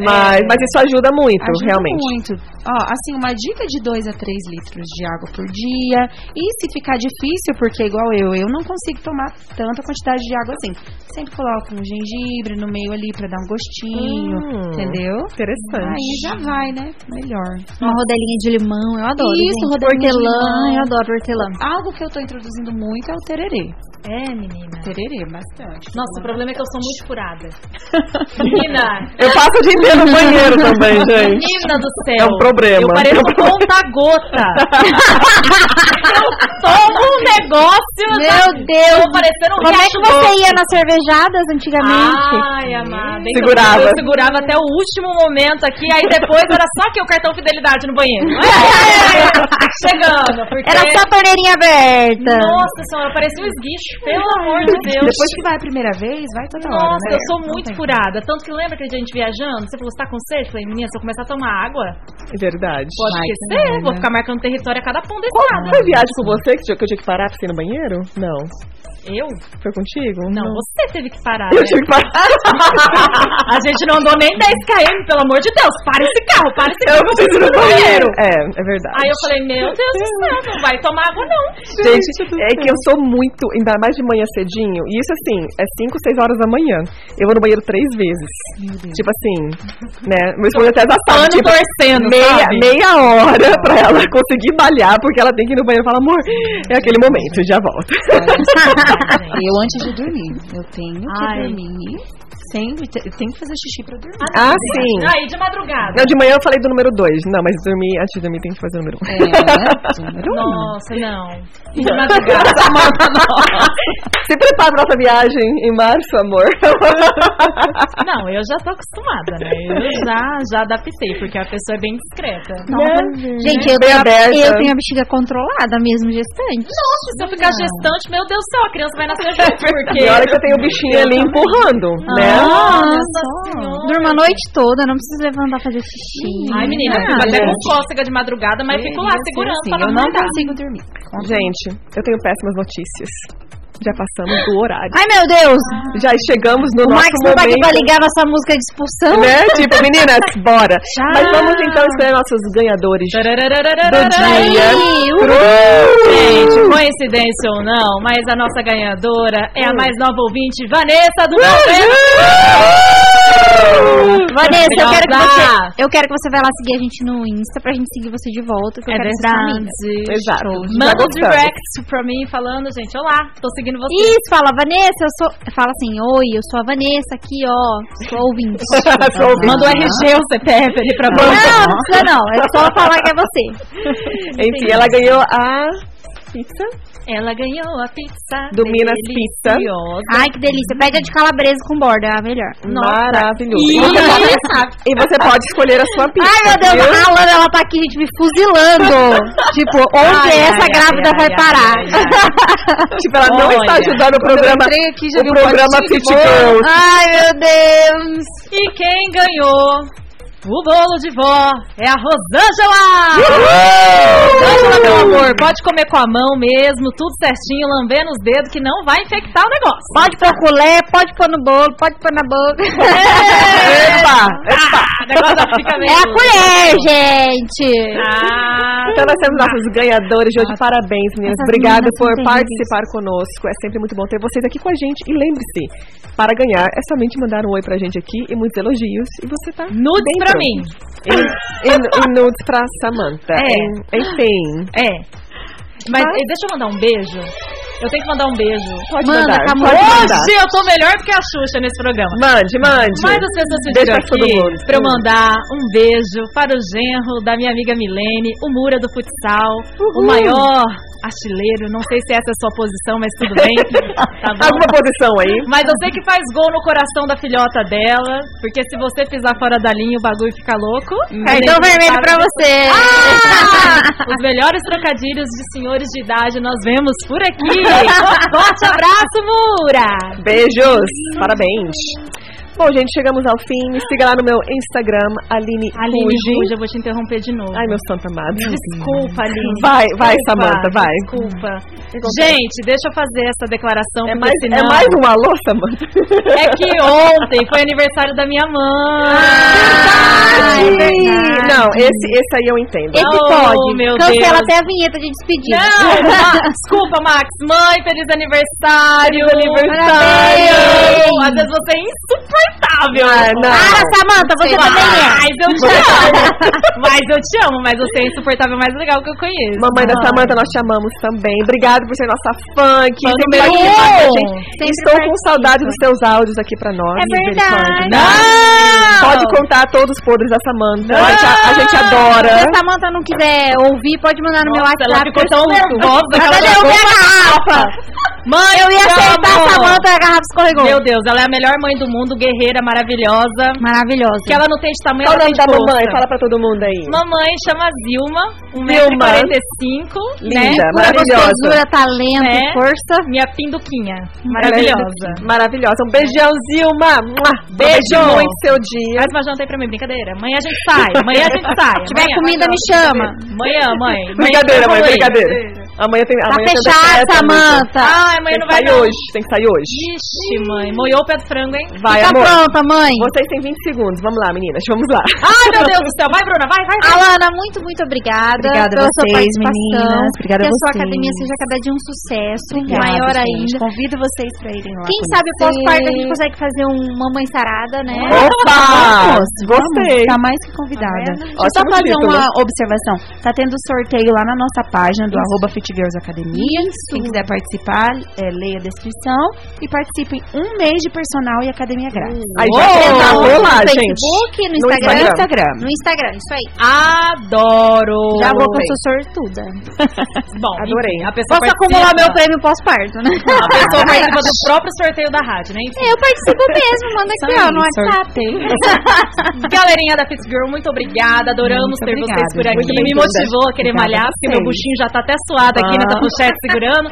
[SPEAKER 3] mas, mas isso ajuda muito,
[SPEAKER 5] Ajuda
[SPEAKER 3] realmente.
[SPEAKER 5] muito. Ó, assim, uma dica de 2 a 3 litros de água por dia. E se ficar difícil, porque igual eu, eu não consigo tomar tanta quantidade de água assim. Sempre coloco um gengibre no meio ali pra dar um gostinho,
[SPEAKER 6] Hum,
[SPEAKER 5] entendeu?
[SPEAKER 3] Interessante.
[SPEAKER 5] Aí já vai, né? Melhor.
[SPEAKER 6] Uma rodelinha de limão, eu adoro.
[SPEAKER 5] Isso,
[SPEAKER 6] gente.
[SPEAKER 5] rodelinha de
[SPEAKER 6] hortelã,
[SPEAKER 5] limão.
[SPEAKER 6] eu adoro hortelã.
[SPEAKER 5] Algo que eu tô introduzindo muito é o tererê.
[SPEAKER 4] É, menina.
[SPEAKER 5] Tererê, bastante.
[SPEAKER 4] Nossa, o problema é que eu sou muito furada. Menina.
[SPEAKER 3] Eu passo o dia inteiro no banheiro também, gente.
[SPEAKER 4] Menina do céu.
[SPEAKER 3] É um problema.
[SPEAKER 4] Eu pareço
[SPEAKER 3] É um problema.
[SPEAKER 4] conta-gota. eu tomo um negócio.
[SPEAKER 6] Meu
[SPEAKER 4] tá-
[SPEAKER 6] Deus.
[SPEAKER 4] Tô parecendo um Ah,
[SPEAKER 6] Como é que
[SPEAKER 4] riacho
[SPEAKER 6] você
[SPEAKER 4] doce.
[SPEAKER 6] ia nas cervejadas antigamente?
[SPEAKER 4] Ai, amada. hein?
[SPEAKER 3] Segurava.
[SPEAKER 4] Eu segurava até o último momento aqui, aí depois era só que o cartão fidelidade no banheiro. É, é, é. Chegando. Porque...
[SPEAKER 6] Era só a torneirinha aberta.
[SPEAKER 4] é. Nossa senhora, parecia um esguicho, pelo amor de Deus.
[SPEAKER 5] Depois que vai a primeira vez, vai toda hora.
[SPEAKER 4] Nossa,
[SPEAKER 5] né?
[SPEAKER 4] eu sou
[SPEAKER 5] Não
[SPEAKER 4] muito
[SPEAKER 5] tem
[SPEAKER 4] furada. Tanto que lembra que a gente viajando, você falou, você tá com sede? Eu falei, menina, se eu começar a tomar água,
[SPEAKER 3] É verdade.
[SPEAKER 4] pode
[SPEAKER 5] Vai
[SPEAKER 4] esquecer,
[SPEAKER 5] também,
[SPEAKER 4] vou
[SPEAKER 5] né?
[SPEAKER 4] ficar marcando território a cada pão da
[SPEAKER 3] é, Qual
[SPEAKER 4] estrada.
[SPEAKER 3] foi a viagem com você que, tinha- que eu tinha que parar pra você ir no banheiro? Não.
[SPEAKER 4] Eu?
[SPEAKER 3] Foi contigo?
[SPEAKER 4] Não, você teve que parar.
[SPEAKER 3] Eu
[SPEAKER 4] né?
[SPEAKER 3] tive que parar.
[SPEAKER 4] A gente não andou nem 10 km, pelo amor de Deus. Para esse carro, para esse
[SPEAKER 3] Eu
[SPEAKER 4] carro.
[SPEAKER 3] preciso ir no banheiro. É, é verdade.
[SPEAKER 4] Aí Ah, eu falei, meu Deus do céu, não vai tomar água não.
[SPEAKER 3] Gente, é que eu sou muito, ainda mais de manhã cedinho, e isso assim, é 5, 6 horas da manhã. Eu vou no banheiro três vezes. Tipo assim, né? Meu esposo até já sabe,
[SPEAKER 4] Pano
[SPEAKER 3] tipo,
[SPEAKER 4] torcendo,
[SPEAKER 3] meia,
[SPEAKER 4] sabe?
[SPEAKER 3] meia hora pra ela conseguir balhar, porque ela tem que ir no banheiro e falar, amor, é aquele momento, já volto.
[SPEAKER 5] Eu antes de dormir, eu tenho que
[SPEAKER 4] Ai.
[SPEAKER 5] dormir. Sempre te- eu tenho que fazer xixi pra dormir.
[SPEAKER 3] ah, sim.
[SPEAKER 4] Aí de madrugada.
[SPEAKER 3] Não, de manhã eu falei do número 2. Não, mas dormir, antes de dormir tem que fazer o número 1. Um.
[SPEAKER 4] Nossa, não. De madrugada.
[SPEAKER 3] Se prepara pra nossa viagem em março, amor.
[SPEAKER 4] Não, eu já tô acostumada, né? Eu já, já adaptei, porque a pessoa é bem discreta.
[SPEAKER 6] Gente, eu
[SPEAKER 3] Bem
[SPEAKER 6] tenho, a,
[SPEAKER 3] aberta.
[SPEAKER 6] eu tenho a bexiga controlada mesmo, gestante.
[SPEAKER 4] Nossa, se eu ficar gestante, meu Deus do céu, a criança vai nascer junto, porque...
[SPEAKER 3] E olha que eu tenho o bichinho ali empurrando, né?
[SPEAKER 6] Ah.
[SPEAKER 4] Nossa
[SPEAKER 6] Nossa,
[SPEAKER 4] Senhora.
[SPEAKER 6] durmo a noite toda, não preciso levantar pra fazer xixi.
[SPEAKER 4] Ai, menina, é- eu fico
[SPEAKER 3] Ah,
[SPEAKER 4] até com
[SPEAKER 3] gente.
[SPEAKER 4] cócega de madrugada, mas fico lá segurando tá
[SPEAKER 5] assim,
[SPEAKER 4] pra não
[SPEAKER 5] eu não
[SPEAKER 4] acordar.
[SPEAKER 5] consigo dormir.
[SPEAKER 3] Gente, eu tenho péssimas notícias. Já passamos do horário.
[SPEAKER 6] Ai, meu Deus.
[SPEAKER 3] Já chegamos no
[SPEAKER 6] o
[SPEAKER 3] nosso
[SPEAKER 6] Max não tá aqui pra
[SPEAKER 3] momento.
[SPEAKER 6] ligar nossa música de expulsão.
[SPEAKER 3] Né? Tipo, meninas, bora. Mas vamos então escolher nossos ganhadores do
[SPEAKER 4] é
[SPEAKER 3] dia.
[SPEAKER 4] um
[SPEAKER 6] Ai,
[SPEAKER 3] Pro-
[SPEAKER 4] Gente, coincidência ou não, mas a nossa ganhadora é a
[SPEAKER 6] Hum.
[SPEAKER 4] mais nova ouvinte, Vanessa do Novembro.
[SPEAKER 6] Vanessa, eu quero, que você, eu quero que você vá lá seguir a gente no Insta pra gente seguir você de volta. Que
[SPEAKER 4] É
[SPEAKER 6] eu quero ser sua
[SPEAKER 4] verdade.
[SPEAKER 6] amiga.
[SPEAKER 3] Exato. Já
[SPEAKER 4] Manda um
[SPEAKER 3] gostamos.
[SPEAKER 4] direct pra mim falando, gente, olá, tô seguindo você.
[SPEAKER 6] Isso, fala, Vanessa, eu sou. Fala assim, oi, eu sou a Vanessa aqui, ó. Sou ouvinte.
[SPEAKER 3] Sou ouvinte. né?
[SPEAKER 4] Manda o RG, o CPF ali pra
[SPEAKER 6] Não,
[SPEAKER 4] mim.
[SPEAKER 6] não precisa não. É só falar que é você.
[SPEAKER 3] Enfim, ela ganhou a pizza
[SPEAKER 4] Ela ganhou a pizza.
[SPEAKER 3] do Minas Pizza.
[SPEAKER 4] deliciosa.
[SPEAKER 6] Ai, que delícia. Pede a de calabresa com borda, é a melhor.
[SPEAKER 3] Maravilhoso. E
[SPEAKER 4] Ih,
[SPEAKER 3] você, pode, e você pode escolher a sua pizza.
[SPEAKER 6] Ai, meu Deus,
[SPEAKER 3] viu?
[SPEAKER 6] a Alana, ela tá aqui, gente, me fuzilando. tipo, onde
[SPEAKER 4] Ai,
[SPEAKER 6] essa
[SPEAKER 4] ai,
[SPEAKER 6] grávida
[SPEAKER 4] ai,
[SPEAKER 6] vai
[SPEAKER 4] ai,
[SPEAKER 6] parar?
[SPEAKER 4] ai,
[SPEAKER 3] Tipo, ela não está
[SPEAKER 4] Olha,
[SPEAKER 3] ajudando o programa.
[SPEAKER 5] entrei aqui, já
[SPEAKER 3] o
[SPEAKER 5] vi um
[SPEAKER 3] programa
[SPEAKER 5] potinho de
[SPEAKER 3] Fit Girls.
[SPEAKER 6] Ai, meu Deus.
[SPEAKER 4] E quem ganhou O bolo de vó é a Rosângela! Rosângela, meu amor, pode comer com a mão mesmo, tudo certinho, lambendo os dedos, que não vai infectar o negócio.
[SPEAKER 6] Pode pôr colé, pode pôr no bolo, pode pôr na boca.
[SPEAKER 3] É.
[SPEAKER 4] Epa! Epa! O negócio já fica meio...
[SPEAKER 6] É a colher, gente!
[SPEAKER 4] Ah,
[SPEAKER 3] Então nós temos nossos ganhadores de hoje. Parabéns, meninas.
[SPEAKER 6] Essas
[SPEAKER 3] Obrigada
[SPEAKER 6] meninas são
[SPEAKER 3] por
[SPEAKER 6] terríveis.
[SPEAKER 3] participar conosco. É sempre muito bom ter vocês aqui com a gente. E lembre-se, para ganhar é somente mandar um oi pra gente aqui e muitos elogios. E você tá
[SPEAKER 4] nudes
[SPEAKER 3] dentro.
[SPEAKER 4] pra mim.
[SPEAKER 3] E, e, e nudes pra Samantha.
[SPEAKER 4] É.
[SPEAKER 3] En- Enfim.
[SPEAKER 4] É. Mas
[SPEAKER 3] Mas-
[SPEAKER 4] eh, deixa eu mandar um beijo. Eu tenho que mandar um beijo.
[SPEAKER 3] Pode
[SPEAKER 6] Manda,
[SPEAKER 3] mandar.
[SPEAKER 6] Camila,
[SPEAKER 3] pode mandar.
[SPEAKER 4] Hoje eu tô melhor do que a Xuxa nesse programa.
[SPEAKER 3] Mande, mande.
[SPEAKER 4] Mas as pessoas pediram
[SPEAKER 3] Deixa
[SPEAKER 4] aqui
[SPEAKER 3] todo mundo.
[SPEAKER 4] pra eu mandar um beijo para o genro da minha amiga Milene, o Mura do futsal, o maior artilheiro. Não sei se essa é a sua posição, mas tudo bem. Tá bom?
[SPEAKER 3] Alguma posição aí?
[SPEAKER 4] Mas eu sei que faz gol no coração da filhota dela, porque se você pisar fora da linha, o bagulho fica louco.
[SPEAKER 6] É, então vermelho pra você.
[SPEAKER 4] Os melhores trocadilhos de senhores de idade nós vemos por aqui. Forte abraço, Mura!
[SPEAKER 3] Uhum. Beijos. Parabéns. Bom, gente, chegamos ao fim. Me siga lá no meu Instagram, Aline,
[SPEAKER 4] Aline
[SPEAKER 3] Fuji.
[SPEAKER 4] Ruge, eu vou te interromper de novo.
[SPEAKER 3] Ai, meu santo amado.
[SPEAKER 4] Desculpa, Aline.
[SPEAKER 3] Vai, vai,
[SPEAKER 4] Desculpa,
[SPEAKER 3] Samantha, vai.
[SPEAKER 4] Desculpa. Gente, deixa eu fazer essa declaração.
[SPEAKER 3] É
[SPEAKER 4] porque
[SPEAKER 3] mais,
[SPEAKER 4] senão...
[SPEAKER 3] é mais um alô, Samantha?
[SPEAKER 4] É que ontem foi aniversário da minha mãe.
[SPEAKER 3] Sim.
[SPEAKER 6] Ah, é verdade.
[SPEAKER 3] Não, esse, esse aí eu entendo.
[SPEAKER 6] Esse
[SPEAKER 4] Oh,
[SPEAKER 6] pode.
[SPEAKER 4] meu
[SPEAKER 6] Cancela
[SPEAKER 4] Deus.
[SPEAKER 6] até a vinheta de despedida.
[SPEAKER 4] Não, Ma- desculpa, Max. Mãe, feliz aniversário.
[SPEAKER 3] Feliz aniversário.
[SPEAKER 4] Às vezes você é insuportável.
[SPEAKER 3] Ah, não.
[SPEAKER 6] Para, Samanta, você
[SPEAKER 4] Sei lá.
[SPEAKER 6] também é.
[SPEAKER 4] Mas eu te amo. mas eu te amo, mas você é insuportável mais legal que eu conheço.
[SPEAKER 3] Mamãe da Samanta, nós te amamos também. Obrigado por ser nossa fã aqui.
[SPEAKER 4] Fã
[SPEAKER 3] sempre
[SPEAKER 4] número
[SPEAKER 3] aqui
[SPEAKER 4] um.
[SPEAKER 3] com a gente.
[SPEAKER 6] Sempre
[SPEAKER 3] Estou com
[SPEAKER 6] participa.
[SPEAKER 3] saudade dos seus áudios aqui pra nós.
[SPEAKER 6] É
[SPEAKER 3] misericórdia.
[SPEAKER 6] verdade.
[SPEAKER 3] Não!
[SPEAKER 4] Não!
[SPEAKER 3] Pode contar todos os podres da Samanta. A
[SPEAKER 4] Não!
[SPEAKER 3] gente, a- a gente adora.
[SPEAKER 6] Se a Samanta não quiser ouvir, pode um mandar no meu
[SPEAKER 4] Nossa,
[SPEAKER 6] WhatsApp.
[SPEAKER 4] ela ficou
[SPEAKER 6] eu
[SPEAKER 4] tão
[SPEAKER 6] escuto.
[SPEAKER 4] nervosa que ela
[SPEAKER 6] Ela
[SPEAKER 4] jogou
[SPEAKER 6] derrubou a garrafa.
[SPEAKER 4] Mãe,
[SPEAKER 6] Eu ia
[SPEAKER 4] te
[SPEAKER 6] acertar
[SPEAKER 4] amo.
[SPEAKER 6] a
[SPEAKER 3] tá
[SPEAKER 6] Samanta e a garrafa escorregou.
[SPEAKER 4] Meu Deus, ela é a melhor mãe do mundo, guerreira, maravilhosa.
[SPEAKER 6] Maravilhosa.
[SPEAKER 4] Que ela não tem de tamanho,
[SPEAKER 3] Qual o
[SPEAKER 4] ela
[SPEAKER 3] nome
[SPEAKER 4] tem de
[SPEAKER 3] da
[SPEAKER 4] força.
[SPEAKER 3] mamãe? Fala pra todo mundo aí.
[SPEAKER 4] Mamãe chama Zilma,
[SPEAKER 3] Zilma.
[SPEAKER 4] 1,45m, né?
[SPEAKER 3] Linda,
[SPEAKER 6] Pura
[SPEAKER 3] maravilhosa.
[SPEAKER 6] gostosura, talento,
[SPEAKER 4] É.
[SPEAKER 6] força.
[SPEAKER 4] Minha pinduquinha,
[SPEAKER 3] Ela é
[SPEAKER 4] maravilhosa.
[SPEAKER 3] Maravilhosa. Um beijão, Zilma. Mua.
[SPEAKER 4] Beijo.
[SPEAKER 3] Aproveite muito seu dia.
[SPEAKER 4] Faz uma janta aí pra mim, brincadeira. Amanhã a gente sai, amanhã a gente sai.
[SPEAKER 6] Se tiver
[SPEAKER 4] amanhã.
[SPEAKER 6] comida, me chama.
[SPEAKER 4] Amanhã, mãe. Amanhã
[SPEAKER 3] Brincadeira,
[SPEAKER 4] eu
[SPEAKER 3] mãe,
[SPEAKER 4] vou aí.
[SPEAKER 3] brincadeira. Amanhã tem.
[SPEAKER 6] Tá
[SPEAKER 3] amanhã tem
[SPEAKER 6] fechada,
[SPEAKER 3] festa, Samanta.
[SPEAKER 6] Samanta.
[SPEAKER 4] Ai, Ah, amanhã
[SPEAKER 3] Tem
[SPEAKER 4] não
[SPEAKER 3] que
[SPEAKER 4] vai
[SPEAKER 3] sair
[SPEAKER 4] não.
[SPEAKER 3] hoje, tem que sair hoje.
[SPEAKER 4] Ixi, mãe, moiou o pé do frango, hein?
[SPEAKER 3] Vai, amor.
[SPEAKER 6] Fica Tá pronta, mãe.
[SPEAKER 3] Vocês têm 20 segundos. Vamos lá, meninas. Vamos lá.
[SPEAKER 4] Ai, meu Deus do céu. Vai, Bruna, vai, vai, vai.
[SPEAKER 6] Alana, muito, muito obrigada,
[SPEAKER 5] Obrigada a
[SPEAKER 6] pela sua
[SPEAKER 5] vocês,
[SPEAKER 6] participação.
[SPEAKER 5] meninas. Obrigada
[SPEAKER 6] que
[SPEAKER 5] a
[SPEAKER 6] a sua
[SPEAKER 5] vocês.
[SPEAKER 6] academia seja cada dia um sucesso, maior ainda.
[SPEAKER 5] Convido vocês pra irem lá.
[SPEAKER 6] Quem
[SPEAKER 5] comigo.
[SPEAKER 6] sabe pós-parto a gente consegue fazer um mamãe sarada, né?
[SPEAKER 3] Opa! Gostei.
[SPEAKER 5] Tá mais que convidada.
[SPEAKER 6] Tá
[SPEAKER 5] Deixa eu
[SPEAKER 6] vendo?
[SPEAKER 5] só
[SPEAKER 3] Ótimo
[SPEAKER 5] fazer
[SPEAKER 3] título.
[SPEAKER 5] uma observação. Tá tendo sorteio lá na nossa página do arroba Fit Girls Academia. Quem quiser participar, é, leia a descrição e participe em um mês de personal e academia grátis.
[SPEAKER 3] Aí já
[SPEAKER 6] Ou
[SPEAKER 3] acabou lá,
[SPEAKER 6] Uhum. no
[SPEAKER 3] gente.
[SPEAKER 6] Facebook, no
[SPEAKER 3] No
[SPEAKER 6] Instagram.
[SPEAKER 3] Instagram.
[SPEAKER 6] No Instagram, isso aí.
[SPEAKER 4] Adoro.
[SPEAKER 6] Já vou
[SPEAKER 3] Adorei.
[SPEAKER 6] com a sua sortuda.
[SPEAKER 4] Bom,
[SPEAKER 3] Adorei.
[SPEAKER 4] enfim, A pessoa
[SPEAKER 6] Posso
[SPEAKER 4] participa.
[SPEAKER 6] acumular meu prêmio pós-parto, né?
[SPEAKER 4] A pessoa participa do próprio sorteio da rádio, né?
[SPEAKER 5] É.
[SPEAKER 4] Enfim.
[SPEAKER 6] Eu participo mesmo, manda aqui, ó, no WhatsApp.
[SPEAKER 4] Galerinha da Fitzgirl, muito obrigada. Adoramos
[SPEAKER 5] Muito
[SPEAKER 4] ter
[SPEAKER 5] obrigada,
[SPEAKER 4] vocês por aqui.
[SPEAKER 5] muito
[SPEAKER 4] Me
[SPEAKER 5] obrigada.
[SPEAKER 4] motivou a querer
[SPEAKER 5] Obrigada
[SPEAKER 4] malhar,
[SPEAKER 5] a
[SPEAKER 4] porque meu
[SPEAKER 5] vocês.
[SPEAKER 4] buchinho já tá até suado aqui nessa
[SPEAKER 5] Vamos.
[SPEAKER 4] pochete segurando.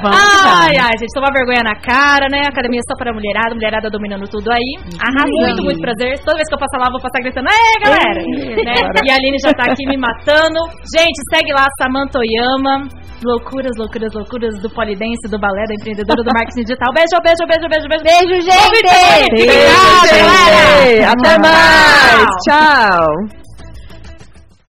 [SPEAKER 5] Vamos que
[SPEAKER 6] tá.
[SPEAKER 4] ai,
[SPEAKER 5] vamos.
[SPEAKER 4] ai, gente, toma vergonha na cara, né? Academia só para mulherada, mulherada dominando tudo aí.
[SPEAKER 6] Arrasou.
[SPEAKER 4] Muito, muito prazer. Toda vez que eu passar lá, eu vou passar gritando, é, galera! Né? E a Aline já tá aqui me matando. Gente, segue lá, Samanta Oyama. Loucuras, loucuras, loucuras do polidense, do balé, da empreendedora, do marketing digital. Beijo, beijo, beijo, beijo, beijo.
[SPEAKER 6] Beijo, gente!
[SPEAKER 4] Obrigada,
[SPEAKER 3] Beijo,
[SPEAKER 4] galera!
[SPEAKER 3] gente. Até mais. Tchau.